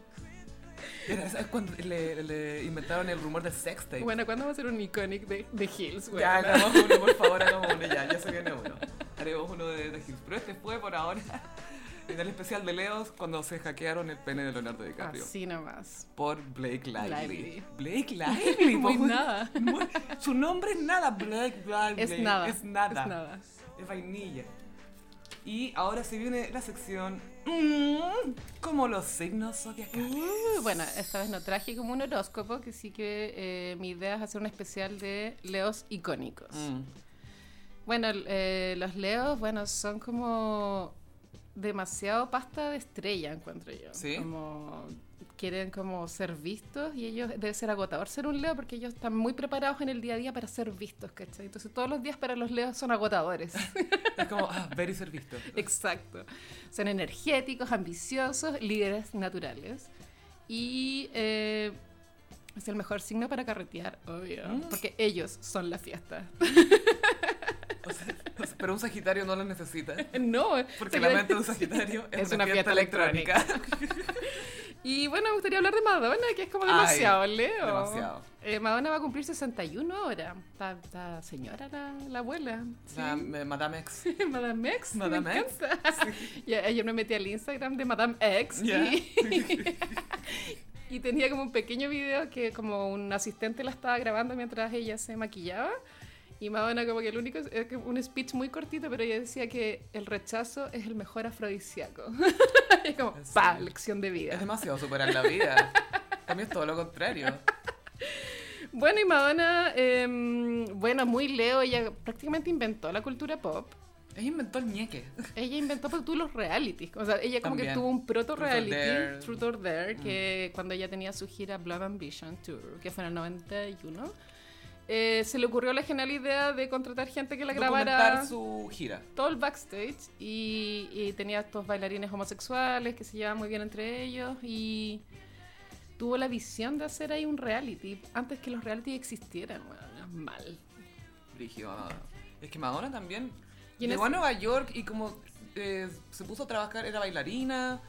Era- es cuando le, le inventaron el rumor del sex tape.
Bueno, ¿cuándo va a ser un iconic de The Hills? güey?
ya, hagamos uno, por favor, hagamos uno ya. Ya se viene uno. Haremos uno de The Hills. Pero este fue por ahora en el especial de Leos cuando se hackearon el pene de Leonardo DiCaprio.
Así nomás.
Por Blake Lively.
Ah, Lively.
Blake Lively.
Muy
po.
nada.
Muy- Su nombre es nada, Blake Lively.
Es nada.
Es nada.
Es nada.
Es vainilla. Y ahora se viene la sección mm, como los signos zodiacales.
Uh, bueno, esta vez no traje como un horóscopo, que sí que eh, mi idea es hacer un especial de leos icónicos.
Mm.
Bueno, l- eh, los leos, bueno, son como demasiado pasta de estrella, encuentro yo.
¿Sí?
Como quieren como ser vistos y ellos debe ser agotador ser un leo porque ellos están muy preparados en el día a día para ser vistos, ¿cachai? Entonces todos los días para los leos son agotadores.
Es como, ah, very ser visto.
Exacto. Son energéticos, ambiciosos, líderes naturales. Y eh, es el mejor signo para carretear, obvio.
Mm.
Porque ellos son la fiesta.
O sea, o sea, pero un sagitario no lo necesita.
no,
Porque
se
la
quedan-
mente de un sagitario es, una, fiesta, electrónica.
Y bueno, me gustaría hablar de Madonna, que es como
Ay,
demasiado, Leo.
demasiado.
Eh, Madonna va a cumplir 61 ahora. Está, está señora la, la abuela. Sí.
La, eh, Madame X.
Madame X.
Madame
me
X,
encanta. Y a- ayer me metí al Instagram de Madame X
Ya.
y, y tenía como un pequeño video que como un asistente la estaba grabando mientras ella se maquillaba. Y Madonna como que el único, es que un speech muy cortito, pero ella decía que el rechazo es el mejor afrodisíaco. y es como,
¿En serio?
pa, lección de
Es
vida.
demasiado superar la vida. También es todo lo contrario.
Bueno, y Madonna, em, bueno, muy Leo, ella prácticamente inventó la cultura pop.
Ella inventó el ñeque.
Ella inventó pues, tú los realities. O sea, ella como
También.
que tuvo un proto
Truth or Dare. Mm.
reality, Truth or Dare, que cuando ella tenía su gira Blood Ambition Tour, que fue en el 91, eh, se le ocurrió la genial idea de contratar gente que la grabara
Documentar su gira.
todo el backstage y, y tenía estos bailarines homosexuales que se llevaban muy bien entre ellos y tuvo la visión de hacer ahí un reality antes que los reality existieran. Bueno, mal.
Brígido, Madonna. Es que Madonna también
Y en
llegó
ese-
a Nueva York y como eh, se puso a trabajar, era bailarina,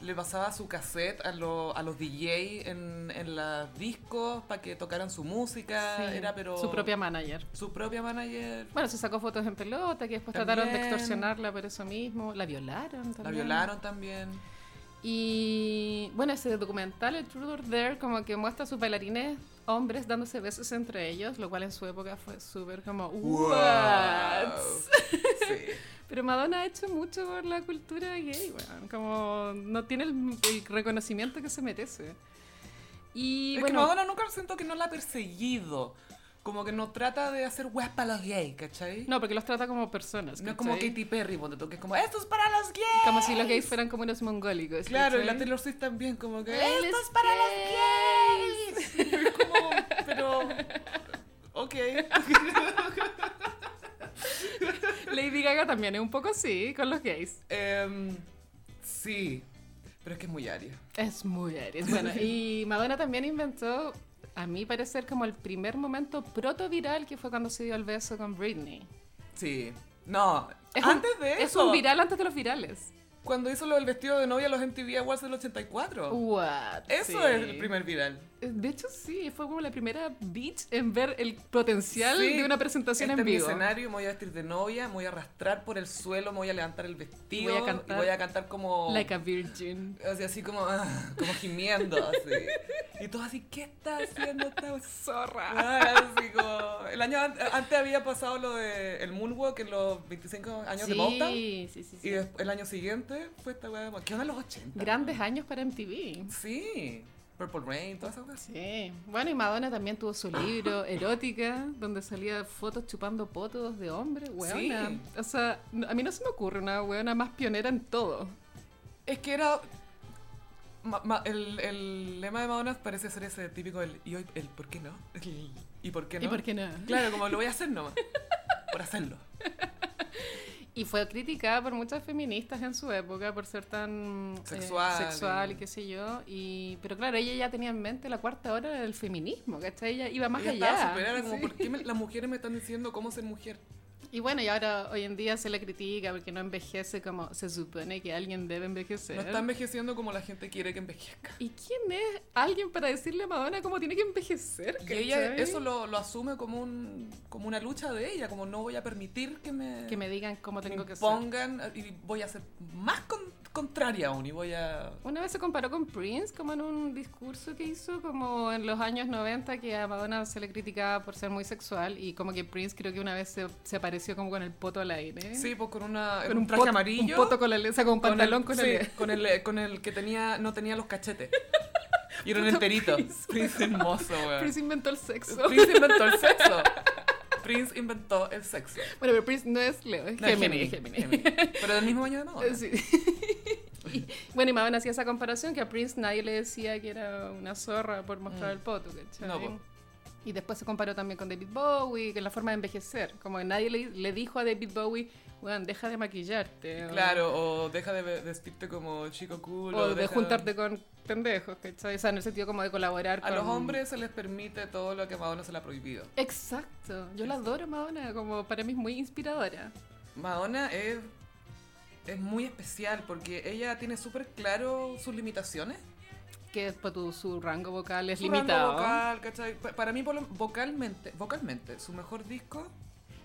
le pasaba su cassette a, lo- a los DJ en, en las discos para que tocaran su música,
Sí,
era pero...
Su propia manager.
su propia manager.
Bueno, se sacó fotos en pelota, que después trataron de
También.
extorsionarla por eso mismo. La violaron también.
La violaron también.
Y bueno, ese documental, el True or Dare, como que muestra a sus bailarines hombres dándose besos entre ellos, lo cual en su época fue súper como, ¿what?
Wow. Sí.
Pero Madonna ha hecho mucho por la cultura gay, weón. Como no tiene el, el reconocimiento que se merece. Y
es
bueno,
que Madonna nunca siento que no la ha perseguido. Como que no trata de hacer weas para los gays, ¿cachai?
no, porque los trata como personas.
No es como
¿cachai?
Katy Perry, ponte tú, que es como, ¡esto es para los gays!
Como si los gays fueran como unos mongólicos.
Claro, y la
¿cachai?
Taylor Swift también, como que.
Él
¡Esto
es
es para los gays! Y es como, pero. Ok.
Lady Gaga también es un poco así con los gays.
Em, sí, Pero es que es muy Aries.
Es muy Aries. Bueno, y Madonna también inventó, a mi parecer, como el primer momento protoviral que fue cuando se dio el beso con Britney.
Sí. No,
Es un-
antes de eso.
Es un viral antes de los virales.
Cuando hizo lo del vestido de novia a los MTV Awards del 84. Oh.
What?
Eso
Uh, Sí. Eh,
es el primer viral.
De hecho, sí, fue como la primera bitch en ver el potencial
Sí,
de una presentación
este
en
es mi
vivo.
escenario, me voy a vestir de novia, me voy a arrastrar por el suelo, me voy a levantar el vestido
voy a cantar
y voy a cantar como...
Like a virgin.
O sea, así como, ah, como gimiendo, así. Y todos así, ¿qué está haciendo esta
Zorra.
zorra? Así como... El año an- antes había pasado lo de el moonwalk en los 25 años de Motown. Y
sí, sí, sí, sí.
des- el año siguiente fue esta weá de... ¿Qué onda los 80?
Grandes años para MTV.
Sí. Purple Rain, todas esas cosas.
Sí. Bueno, y Madonna también tuvo su
Ah.
libro Erótica, donde salía fotos chupando potos de hombre, weona.
Sí.
O sea, no- a mí no se me ocurre una weona más pionera en todo.
Es que era... ma- ma- el, el lema de Madonna parece ser ese típico el, y hoy, el ¿por qué no? El, ¿Y por qué no?
¿Y por qué no?
Claro, como lo voy a hacer nomás. Por hacerlo.
Y fue criticada por muchas feministas en su época por ser tan eh,
Sexual.
sexual y qué sé yo. Y, pero claro, ella ya tenía en mente la cuarta hora del feminismo, ¿cachai? Ella iba más
Ella estaba
allá.
superada, era como,
Sí.
¿por qué me- las mujeres me están diciendo cómo ser mujer?
Y bueno, y ahora hoy en día se le critica porque no envejece como se supone que alguien debe envejecer.
No está envejeciendo como la gente quiere que envejezca.
¿Y quién es alguien para decirle a Madonna cómo tiene que envejecer?
Y ella
cachai?
eso lo, lo asume como, un, como una lucha de ella, como no voy a permitir que me,
Que me digan cómo tengo que ser.
pongan y voy a ser más con- contraria aún y voy a...
Una vez se comparó con Prince, como en un discurso que hizo, como en los años 90, que a Madonna se le criticaba por ser muy sexual, y como que Prince creo que una vez se, se apareció como con el poto al aire.
Sí, pues con, una,
con
un, traje
poto-
amarillo.
Un poto con la le- o sea, con un pantalón con,
con el,
la
sí,
le-
con el con el que tenía no tenía los cachetes. Y era un enterito. Prince, hermoso, weón.
Prince inventó el sexo.
Prince inventó el sexo. Prince inventó el sexo.
Bueno, pero Prince no es Leo, es
No,
Gemini.
Gemini,
Gemini.
Gemini. Pero del mismo año de Madonna.
Sí. Y, bueno, y Madonna hacía esa comparación que a Prince nadie le decía que era una zorra por mostrar
Mm.
el poto, ¿cachai?
No, po.
Y después se comparó también con David Bowie, que la forma de envejecer. Como que nadie le, le dijo a David Bowie, weón, deja de maquillarte. o-
Claro, o deja de ve- vestirte como chico cool.
O de
deja-
juntarte con pendejos, ¿cachai? O sea, en el sentido como de colaborar
A
con...
los hombres se les permite todo lo que a Madonna se le ha prohibido.
Exacto. Yo la adoro, Madonna, como para mí es muy inspiradora.
Madonna es, es muy especial porque ella tiene súper claro sus limitaciones.
Que pues, tu- su rango vocal es
Su rango
limitado.
vocal, ¿cachai? Pa- Para mí, por lo- vocalmente, vocalmente, su mejor disco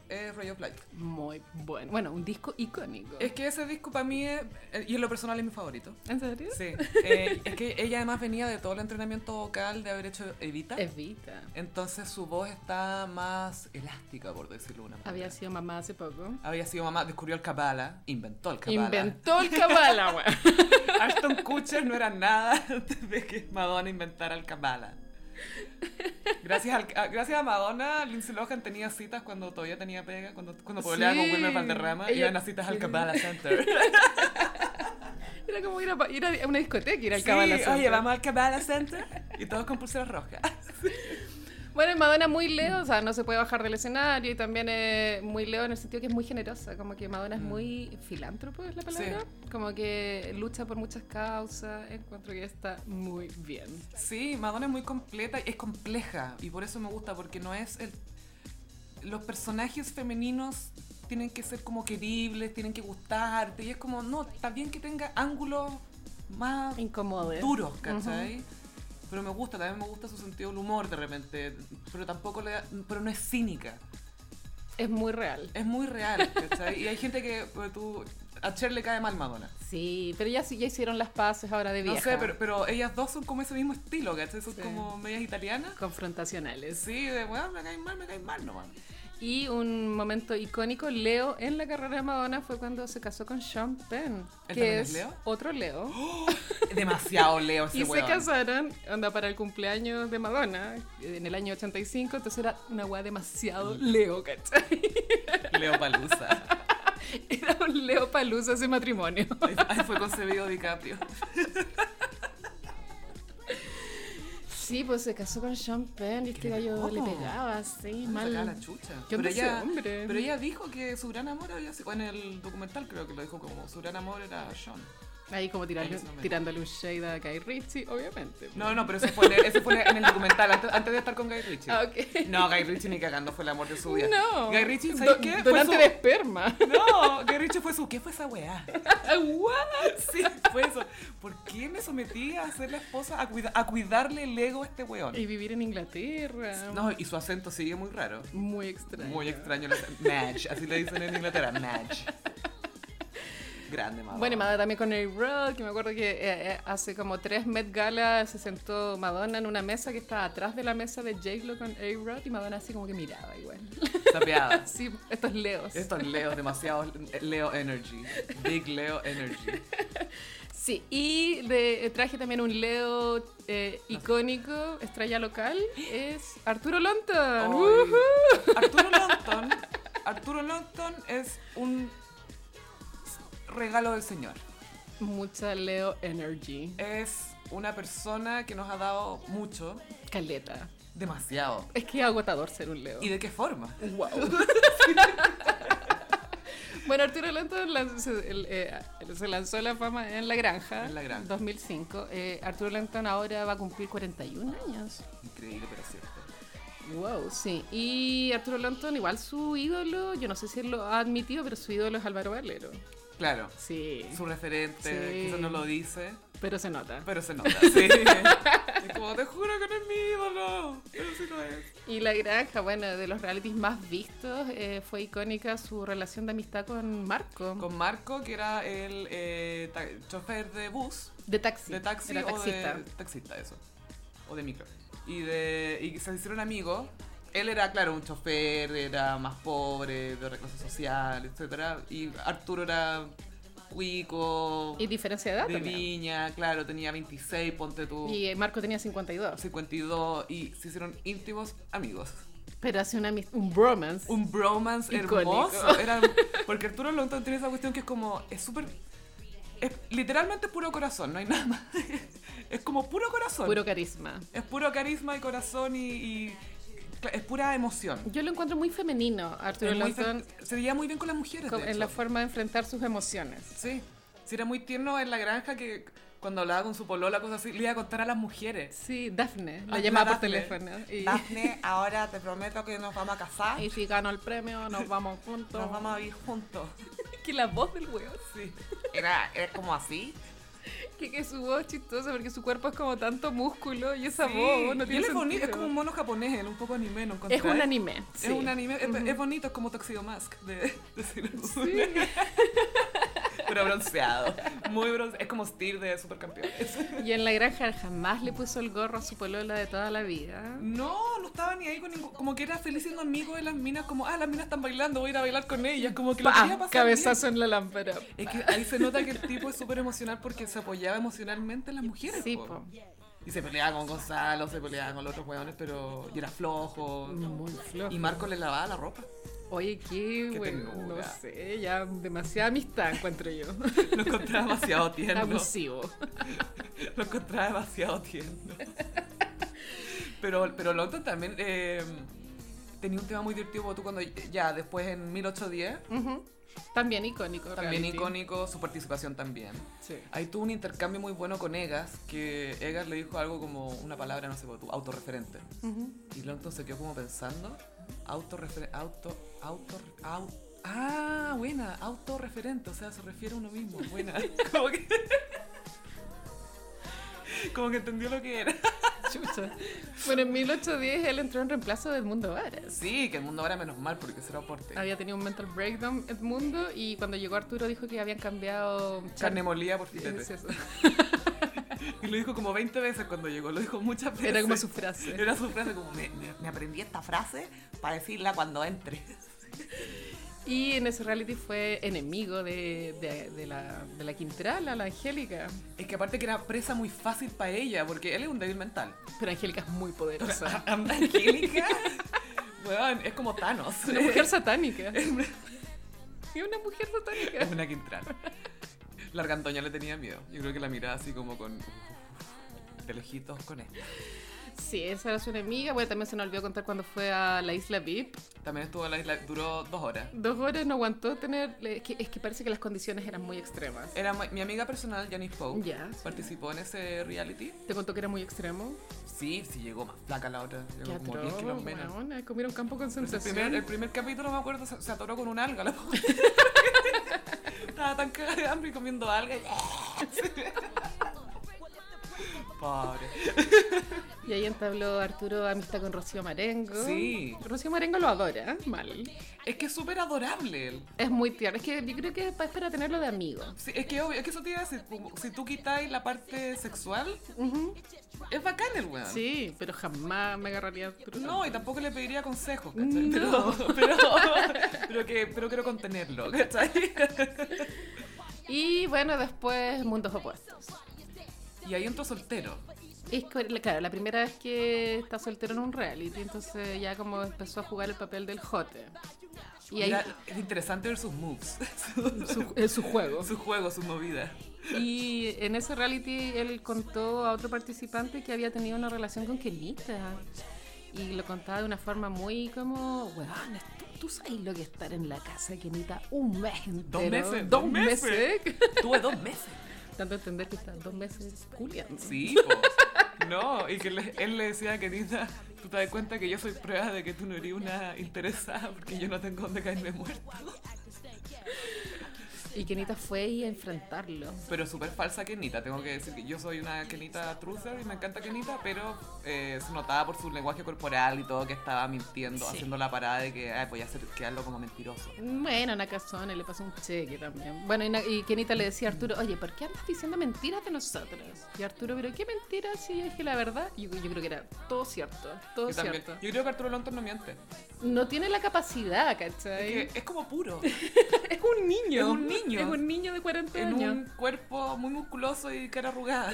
es Ray of Light.
Muy bueno. Bueno, un disco icónico.
Es que ese disco para mí, es, eh, y en lo personal, es mi favorito.
¿En serio?
Sí. Eh, es que ella además venía de todo el entrenamiento vocal de haber hecho Evita.
Evita.
Entonces su voz está más elástica, por decirlo de una manera.
Había sido mamá hace poco.
Había sido mamá, descubrió el Kabbalah, inventó el Kabbalah.
Inventó el cabala, weón.
Ashton Kutcher no era nada antes de que Madonna inventara el Kabbalah. Gracias, al- a, gracias a Madonna, Lindsay Lohan tenía citas cuando todavía tenía pega, cuando, cuando pololeaba
Sí.
con Wilmer Valderrama,
Ella-
iban a citas al Kabbalah Center.
Era como ir a, pa- ir a una discoteca, ir al
Sí,
Kabbalah Center.
Oye, vamos al Kabbalah Center y todos con pulseras rojas.
Bueno, y Madonna muy Leo, o sea, no se puede bajar del escenario y también es muy Leo en el sentido que es muy generosa, como que Madonna es
Mm.
muy filántropo, es la palabra, como que lucha por muchas causas, encuentro que está muy bien.
Sí, Madonna es muy completa, es compleja y por eso me gusta porque no es el los personajes femeninos tienen que ser como queribles, tienen que gustarte y es como no, está bien que tenga ángulos más
Incomode.
duros, ¿cachai? Pero me gusta, también me gusta su sentido del humor de repente, pero tampoco le da- pero no es cínica,
Es muy real.
es muy real, ¿cachai? Y hay gente que pues, tú a Cher le cae mal Madonna.
Sí, pero ya, sí- ya hicieron las paces ahora de
No
vieja.
sé, pero, pero ellas dos son como ese mismo estilo, ¿cachai? Son
Sí.
como medias italianas.
Confrontacionales.
Sí, de weón, me caen mal, me caen mal nomás.
Y un momento icónico, Leo en la carrera de Madonna fue cuando se casó con Sean Penn,
¿Él
que
también
es,
es Leo?
otro Leo.
Demasiado Leo ese
Y se
weón.
casaron, onda, para el cumpleaños de Madonna, en el año 85, entonces era una weá
Mm.
demasiado Leo, ¿cachai?
Leo Palusa.
Era un Leo palusa ese matrimonio.
Ahí, ahí fue concebido DiCaprio.
Sí, pues se casó con Sean Penn y este
le
gallo
pegó?
le pegaba, sí,
Me sacaba la
mal.
chucha.
¿Qué
Pero
onda
ella,
ese hombre?
pero ella dijo que su gran amor había sido. O en el documental creo que lo dijo como su gran amor era Sean.
Ahí como tirarle-
En ese momento.
tirándole un shade a Guy Ritchie, obviamente.
No, no, pero eso fue, en el- eso fue en el documental, antes, antes de estar con Guy Ritchie.
Ah, ok.
No, Guy Ritchie ni cagando fue el amor de su vida.
No.
Guy Ritchie, ¿sabes
Do-
qué? Fue
Donante
su-
de esperma.
No, Guy Ritchie fue su, ¿qué fue esa weá?
What?
Sí, fue eso. ¿Por qué me sometí a ser la esposa, a, cuida- a cuidarle el ego a este weón?
Y vivir en Inglaterra.
No, y su acento sigue muy raro.
Muy extraño.
Muy extraño. el- Madge, así le dicen en Inglaterra, Madge. Grande, Madonna.
Bueno, y Madonna también con el rock, que me acuerdo que eh, eh, hace como tres Met Gala se sentó Madonna en una mesa que estaba atrás de la mesa de J-Lo con A-Rod y Madonna así como que miraba igual.
Sapeada.
Sí, estos leos.
Estos leos, demasiado Leo Energy. Big Leo Energy.
Sí, y de, eh, traje también un leo eh, icónico, estrella local, es Arturo Lonton.
Ay.
¡Woohoo!
Arturo Longton, Arturo Longton es un regalo del Señor.
Mucha leo energy.
Es una persona que nos ha dado mucho,
Caleta.
demasiado.
Es que es agotador ser un leo.
¿Y de qué forma?
Wow. bueno, Arturo Lonton lanzó- se, el, eh, se lanzó a la fama en La Granja,
En La Granja.
2005. Eh, Arturo Lonton ahora va a cumplir 41 años.
Increíble, pero cierto.
Wow, sí. Y Arturo Lonton, igual su ídolo, yo no sé si él lo ha admitido, pero su ídolo es Álvaro Valero.
Claro,
Sí.
su referente,
Sí.
quizás no lo dice,
Pero se nota.
pero se nota. Sí. es como, te juro que no es mi ídolo, pero sí lo es.
Y La Granja, bueno, de los realities más vistos, eh, fue icónica su relación de amistad con Marco.
Con Marco, que era el eh, ta- chofer de bus,
de taxi.
de taxi
Era taxista.
o de taxista eso o de micro y de y se hicieron amigos él era claro un chofer era más pobre de otra clase social etcétera y Arturo era cuico
Y diferencia de edad
de
también.
viña claro tenía 26 ponte tú
Y eh, Marco tenía 52.
52 y se hicieron íntimos amigos
Pero hace una, amist- un bromance.
un bromance
Icónico.
hermoso. Era- porque Arturo Longton tiene esa cuestión que es como, es súper, es literalmente puro corazón, no hay nada más. Es como puro corazón.
puro carisma.
es puro carisma y corazón y, y cla- es pura emoción.
Yo lo encuentro muy femenino, Arturo
Es muy fe-
Longton,
se veía muy bien con las mujeres.
co-
de
en la
hecho.
forma de enfrentar sus emociones.
sí, sí, era muy tierno en la granja que cuando hablaba con su polola, cosas así, le iba a contar a las mujeres.
Sí, Daphne, la
Ah,
llamaba por
Daphne.
teléfono. Y,
Daphne, ahora te prometo que nos vamos a casar.
y si gano el premio, nos vamos juntos.
Nos vamos a vivir juntos.
Que la voz del weón,
Sí. Era, era como así.
que, que su voz es chistosa porque su cuerpo es como tanto músculo y esa
Sí,
voz no
y
tiene
él es, boni-
sentido.
es como un mono japonés, él, un poco anime, ¿no
Es un
encontráis?
anime.
Es
sí.
un anime, es, es bonito, es como Tuxedo Mask de, de Sailor Moon.
Sí.
Pero bronceado, muy bronceado, es como Steve de Supercampeones.
Y en la granja jamás le puso el gorro a su polola de toda la vida.
No, no estaba ni ahí con ningún, como que era feliz siendo amigo de las minas, como, ah, las minas están bailando, voy a ir a bailar con ellas, como que lo quería
¡Pah!
pasar
Ah, Cabezazo en la lámpara.
bien. Es que ahí se nota que el tipo es súper emocional porque se apoyaba emocionalmente en las mujeres.
Sí,
po.
po.
Y se peleaba con Gonzalo, se peleaba con los otros hueones, pero y era flojo.
Muy flojo.
Y Marco le lavaba la ropa.
Oye, qué,
Qué
bueno, no
ternura.
sé, ya demasiada amistad encuentro yo.
Lo encontraba demasiado tierno.
Abusivo.
Lo encontraba demasiado tierno. Pero, pero Longton también eh, tenía un tema muy divertido. porque Tú cuando ya después en 1810,
Ujú. También icónico.
también
reality.
icónico su participación también.
Sí.
Ahí tuvo un intercambio muy bueno con Egas, que Egas le dijo algo como una palabra, no sé, como tú, autorreferente. Y Longton se quedó como pensando, autorreferente, auto, auto, au- Ah, buena, autorreferente, o sea, se refiere a uno mismo, buena. Como que... Como que entendió lo que era.
Chucha. Bueno, en 1810 él entró en reemplazo de Edmundo Varas.
Sí, que el mundo ahora menos mal porque será aporte.
Había tenido un mental breakdown Edmundo y cuando llegó Arturo dijo que habían cambiado...
Carne molida por
Es
filete.
eso.
Y lo dijo como 20 veces cuando llegó, lo dijo muchas veces.
Era como su frase.
Era su frase como, me, me- me aprendí esta frase para decirla cuando entre.
Y en ese reality fue enemigo de, de- de la, de la Quintrala, la Angélica.
Es que aparte que era presa muy fácil para ella, porque él es un débil mental.
Pero Angélica es muy poderosa.
Angélica, weón, es como Thanos.
Una mujer satánica. Y una mujer satánica.
Es una Quintana. La argantoña le tenía miedo. Yo creo que la miraba así como con... De lejitos con él.
Sí, esa era su enemiga. Bueno, también se nos olvidó contar cuando fue a la isla VIP.
También estuvo en la isla, duró dos horas.
Dos horas no aguantó tener... Es que, es que parece que las condiciones eran muy extremas.
Era muy- mi amiga personal, Janice Pope,
Ya, sí.
participó en ese reality.
Te contó que era muy extremo.
Sí, sí llegó más flaca la otra,
Qué
llegó como 10
atroz,
kilos menos.
weona, comiera un campo de
Pero si el,
concentración.
primer, el primer capítulo, me acuerdo, se, se atoró con un alga. La pobre. Estaba tan cagada de hambre y comiendo alga. pobre.
Y ahí entabló Arturo amistad con Rocío Marengo.
Sí.
Rocío Marengo lo adora, mal.
Es que es súper adorable. él.
Es muy tierno. Es que yo creo que es pa- es para tenerlo de amigo.
Sí, es que obvio, es que eso te iba a decir, como si tú quitáis la parte sexual, es bacán el weón.
Sí, pero jamás me agarraría a Arturo.
No, y tampoco le pediría consejos, ¿cachai?
No.
Pero, pero, pero que, pero quiero contenerlo, ¿cachai?
Y bueno, después Mundos Opuestos.
Y ahí entró soltero.
Es que, claro, la primera vez que está soltero en un reality, entonces ya como empezó a jugar el papel del jote. Y ahí
Era- es interesante ver sus moves,
su, es su juego.
sus juegos, sus movidas.
Y en ese reality él contó a otro participante que había tenido una relación con Kenita. Y lo contaba de una forma muy como, weón, ¿tú, tú sabes lo que es estar en la casa de Kenita un mes entero.
meses,
Dos
dos meses".
meses.
Tuve dos meses.
Tanto entender que está dos meses culiando.
Sí, po. No, y que le- él le decía a Kenita, tú te das cuenta que yo soy prueba de que tú no eres una interesada porque yo no tengo dónde caerme muerta.
Y Kenita fue ahí a enfrentarlo.
Pero súper falsa Kenita, tengo que decir que yo soy una Kenita truther y me encanta Kenita, pero eh, se notaba por su lenguaje corporal y todo que estaba mintiendo,
Sí.
haciendo la parada de que "Ay, voy a hacer, quedarlo como mentiroso.
Bueno, Nakazone le pasó un cheque también. Bueno, y, Na- y Kenita le decía a Arturo, oye, ¿por qué andas diciendo mentiras de nosotros? Y Arturo, ¿pero qué mentiras? Si yo dije la verdad. Y yo, yo creo que era todo cierto, todo
Yo, también-
cierto.
yo creo que Arturo Lonton no miente.
No tiene la capacidad, ¿cachai?
Es, que es como puro.
Es un niño.
Es un niño.
Es un niño de 40
en
años.
un cuerpo muy musculoso y cara arrugada.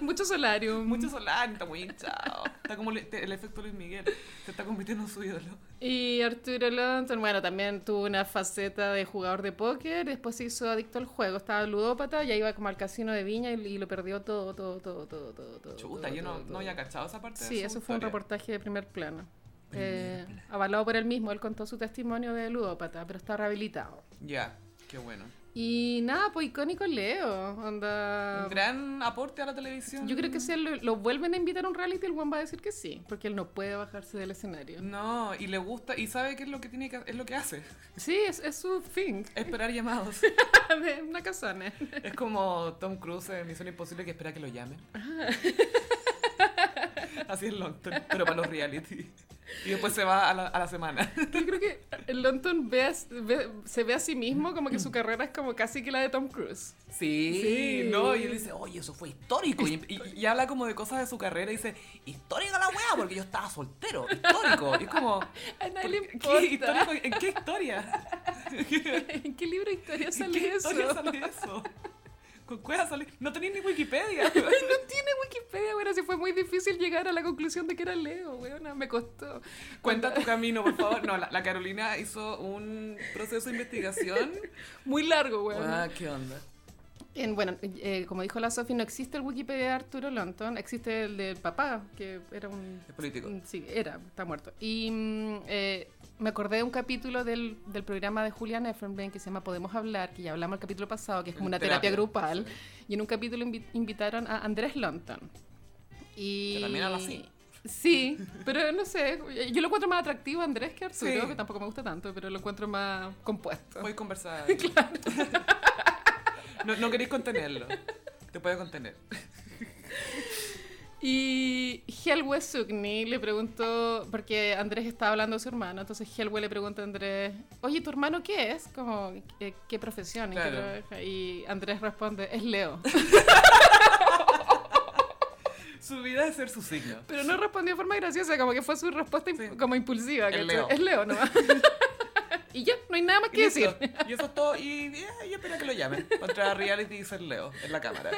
Mucho solarium.
Mucho solar, está muy hinchado. Está como le- te- el efecto Luis Miguel. Se está convirtiendo en su ídolo.
Y Arturo Lonton, bueno, también tuvo una faceta de jugador de póker, después se hizo adicto al juego, estaba ludópata, ya iba como al casino de Viña y, y lo perdió todo, todo, todo, todo, todo. todo,
Chuta,
todo,
yo no,
todo,
no había
todo.
cachado esa parte. de
Sí,
su
eso fue un
historia.
reportaje de primer plano.
Primer
Eh, avalado por él mismo, él contó su testimonio de ludópata, pero está rehabilitado.
Ya, qué bueno.
Y nada, pues icónico Leo, onda...
Un gran aporte a la televisión.
Ah, Yo creo que si él lo, lo vuelven a invitar a un reality, el buen va a decir que sí, porque él no puede bajarse del escenario.
No, y le gusta, y sabe que es lo que tiene que, es lo que hace.
Sí, es, es su thing,
Esperar llamados.
de una casona.
es como Tom Cruise en Misión Imposible que espera que lo llamen.
Ah.
Así es Longton, pero para los reality. Y después se va a la, a la semana.
Yo creo que el Lonton ve a- ve- se ve a sí mismo como que su carrera es como casi que la de Tom Cruise.
Sí,
Sí.
no, y él dice, oye, eso fue histórico. Y, y- y habla como de cosas de su carrera y dice, histórica la weá, porque yo estaba soltero, histórico. Y es como,
A nadie le importa.
¿qué histórico? ¿En qué historia?
¿En qué libro de historia
¿En
sale
qué
eso?
historia sale eso? ¿Con cuál sale? No tenéis ni Wikipedia.
Ay, no tiene Wikipedia, bueno, si fue muy difícil llegar a la conclusión de que era Leo, weona, me costó.
Cuenta tu camino, por favor. No, la, la Carolina hizo un proceso de investigación. Ah,
Muy largo, weona.
¿qué onda?
En- bueno, eh, como dijo la Sofi, no existe el Wikipedia de Arturo Lonton, existe el del papá, que era un...
Es político.
un- Sí, era, está muerto. Y mm, eh, me acordé de un capítulo del, del programa de Julian Efrenbein que se llama Podemos Hablar, que ya hablamos el capítulo pasado, que es como una terapia, grupal. Y en un capítulo invi- invitaron a Andrés Lonton. Y...
Que también habla así.
Sí, pero no sé, yo lo encuentro más atractivo a Andrés que a Arturo,
Sí.
que tampoco me gusta tanto, pero lo encuentro más compuesto.
Puedes conversar. No, no queréis contenerlo. Te puedes contener.
Y Helwe Sugni le preguntó, porque Andrés estaba hablando de su hermano, entonces Helwe le pregunta a Andrés, oye, ¿tu hermano qué es? Como, ¿qué, qué profesión? ¿En qué
Claro.
trabaja?". Y Andrés responde, es Leo.
Su vida es ser su signo.
Pero no respondió de forma graciosa, como que fue su respuesta imp-
Sí.
como impulsiva.
Es
¿cachai?
Leo.
Es Leo nomás. y ya, no hay nada más
Y
que decir.
listo. Y eso es todo. Y, y, y espera que lo llamen. Para entrar a reality y ser Leo en la cámara.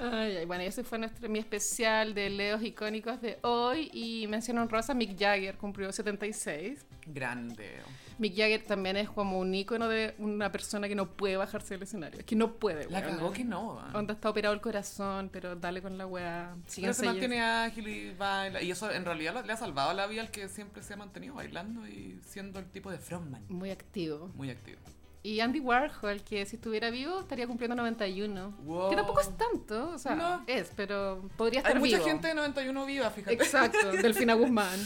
Ay, ay, bueno, y ese fue nuestro, mi especial de leos icónicos de hoy. Y mencionó Rosa, Mick Jagger cumplió 76.
Grande.
Mick Jagger también es como un ícono de una persona que no puede bajarse del escenario. Es que no puede,
La
weona.
cagó que no. weón.
Onda está operado el corazón, pero dale con la weá.
Pero se
enseña-
mantiene ágil y baila. Y eso en realidad lo- le ha salvado la vida al que siempre se ha mantenido bailando y siendo el tipo de frontman.
Muy activo.
Muy activo.
Y Andy Warhol, que si estuviera vivo estaría cumpliendo 91.
Wow.
Que tampoco es tanto, o sea,
No.
es, pero podría estar
Hay mucha
vivo.
gente de 91 viva, fíjate.
Exacto, Delfina Guzmán.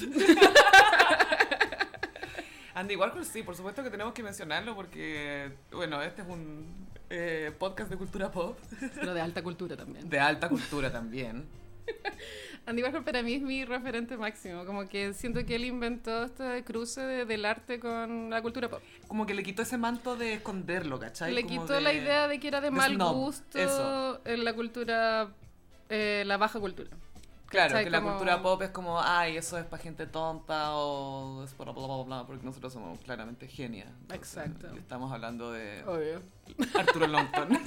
Andy Warhol, sí, por supuesto que tenemos que mencionarlo porque, bueno, este es un eh, podcast de cultura pop,
Pero de alta cultura también.
de alta cultura también.
Andy Warhol para mí es mi referente máximo. Como que siento que él inventó este cruce de- del arte con la cultura pop.
Como que le quitó ese manto de esconderlo, ¿cachai?
Le
Como
quitó
de-
la idea de que era de,
de
mal
snob,
gusto
eso.
en la cultura, eh, la baja cultura.
Claro,
¿cachai?
que la
Como-
cultura pop es como, ay, eso es para gente tonta o es bla, bla, bla, bla, porque nosotros somos claramente genias. Entonces,
Exacto. Oh.
Estamos hablando de
Obvio.
Arturo Longton.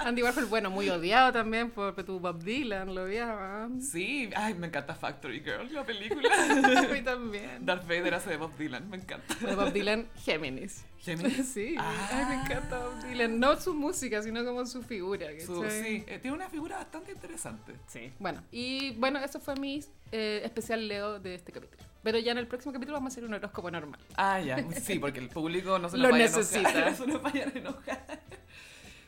Andy Warhol, bueno, muy odiado también por tu Bob Dylan, lo odiaba.
sí, ay, me encanta Factory Girl, la película.
A mí también.
Darth Vader hace de Bob Dylan, me encanta.
Bueno, Bob Dylan, Géminis.
Géminis.
Sí,
Ah.
ay, me encanta Bob Dylan. No su música, sino como su figura.
Su-
¿cachai?
sí, eh, tiene una figura bastante interesante.
Sí. Bueno, y bueno, eso fue mi eh, especial Leo de este capítulo. Pero ya en el próximo capítulo vamos a hacer un horóscopo normal.
Ah, ya, sí, porque el público no se nos
Lo
vaya a
necesita.
enojar. No se nos vayan a enojar.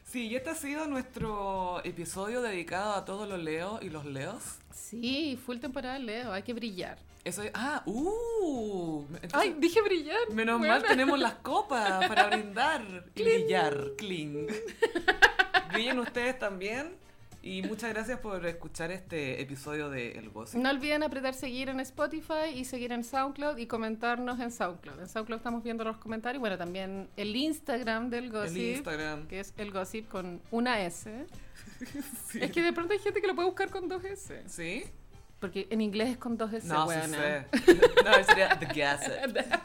Sí, y este ha sido nuestro episodio dedicado a todos los leos y los leos.
Sí, full temporada Leo, hay que brillar.
Eso es, ah, uh. entonces-
Ay, dije brillar.
Menos
Bueno.
mal tenemos las copas para brindar y brillar, cling. Brillen ustedes también y muchas gracias por escuchar este episodio de El Gossip.
No olviden apretar seguir en Spotify y seguir en SoundCloud y comentarnos en SoundCloud. En SoundCloud estamos viendo los comentarios. Bueno, también el Instagram del
el
Gossip,
Instagram.
que es el Gossip con una S.
Sí.
Es que de pronto hay gente que lo puede buscar con dos S.
¿Sí?
Porque en inglés es con dos S,
No, sí
weona.
sé. No, sería The Gasset.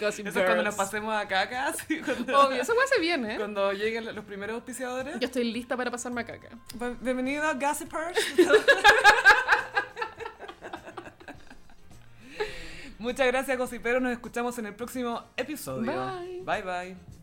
Gossip
Eso es cuando nos
Girls.
pasemos a caca, sí, cuando,
Obvio, esa weá se viene.
cuando lleguen los primeros auspiciadores.
Yo estoy lista para pasarme a caca.
Bien- Bienvenido a Gossipers. Muchas gracias, gossiperos. Nos escuchamos en el próximo episodio.
Bye.
Bye, bye.